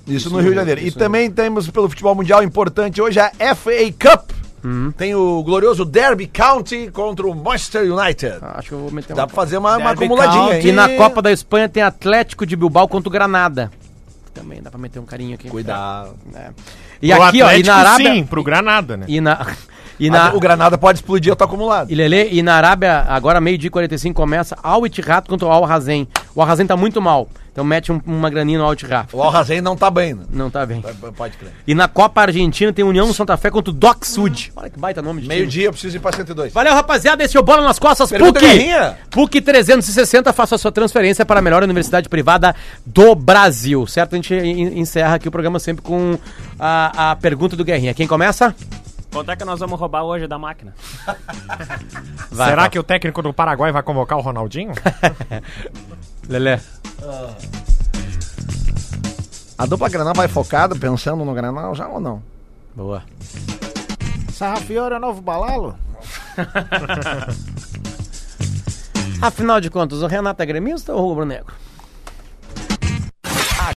Isso, no Rio de Janeiro. E também temos pelo futebol mundial importante hoje a FA Cup. Tem o glorioso Derby County contra o Manchester United.
Ah, Acho que eu vou meter
Dá
uma.
pra fazer uma, uma
Derby
acumuladinha
County.
aí.
E na Copa da Espanha tem Atlético de Bilbao contra o Granada. Também dá pra meter um carinho aqui.
Cuidado.
E aqui, ó, e na Arábia.
sim, pro Granada, né?
E na. E na...
O Granada pode explodir, eu tô acumulado.
E Lele, e na Arábia, agora meio-dia e 45 começa Al Ittihad contra o Al Hazen. O Al Hazen tá muito mal, então mete um- uma graninha no Al Ittihad.
O Al Hazen não tá bem, né?
Não tá bem.
Pode crer.
E na Copa Argentina tem União Santa Fé contra o Doc Sud. Ah, Olha que baita nome de time.
Meio-dia, eu preciso ir pra 102.
Valeu, rapaziada. Esse é o Bola nas Costas,
Pergunta
PUC.
Guerrinha.
PUC 360, faça a sua transferência para a melhor universidade privada do Brasil. Certo? A gente en- encerra aqui o programa sempre com a, a pergunta do Guerrinha. Quem começa?
Quanto é que nós vamos roubar hoje da máquina?
Vai,
Será
Rafa.
que o técnico do Paraguai vai convocar o Ronaldinho?
Lelê.
A dupla Granal vai focada, pensando no Granal já ou não?
Boa.
Sarrafiora é novo balalo?
Afinal de contas, o Renato é gremista ou rubro-negro?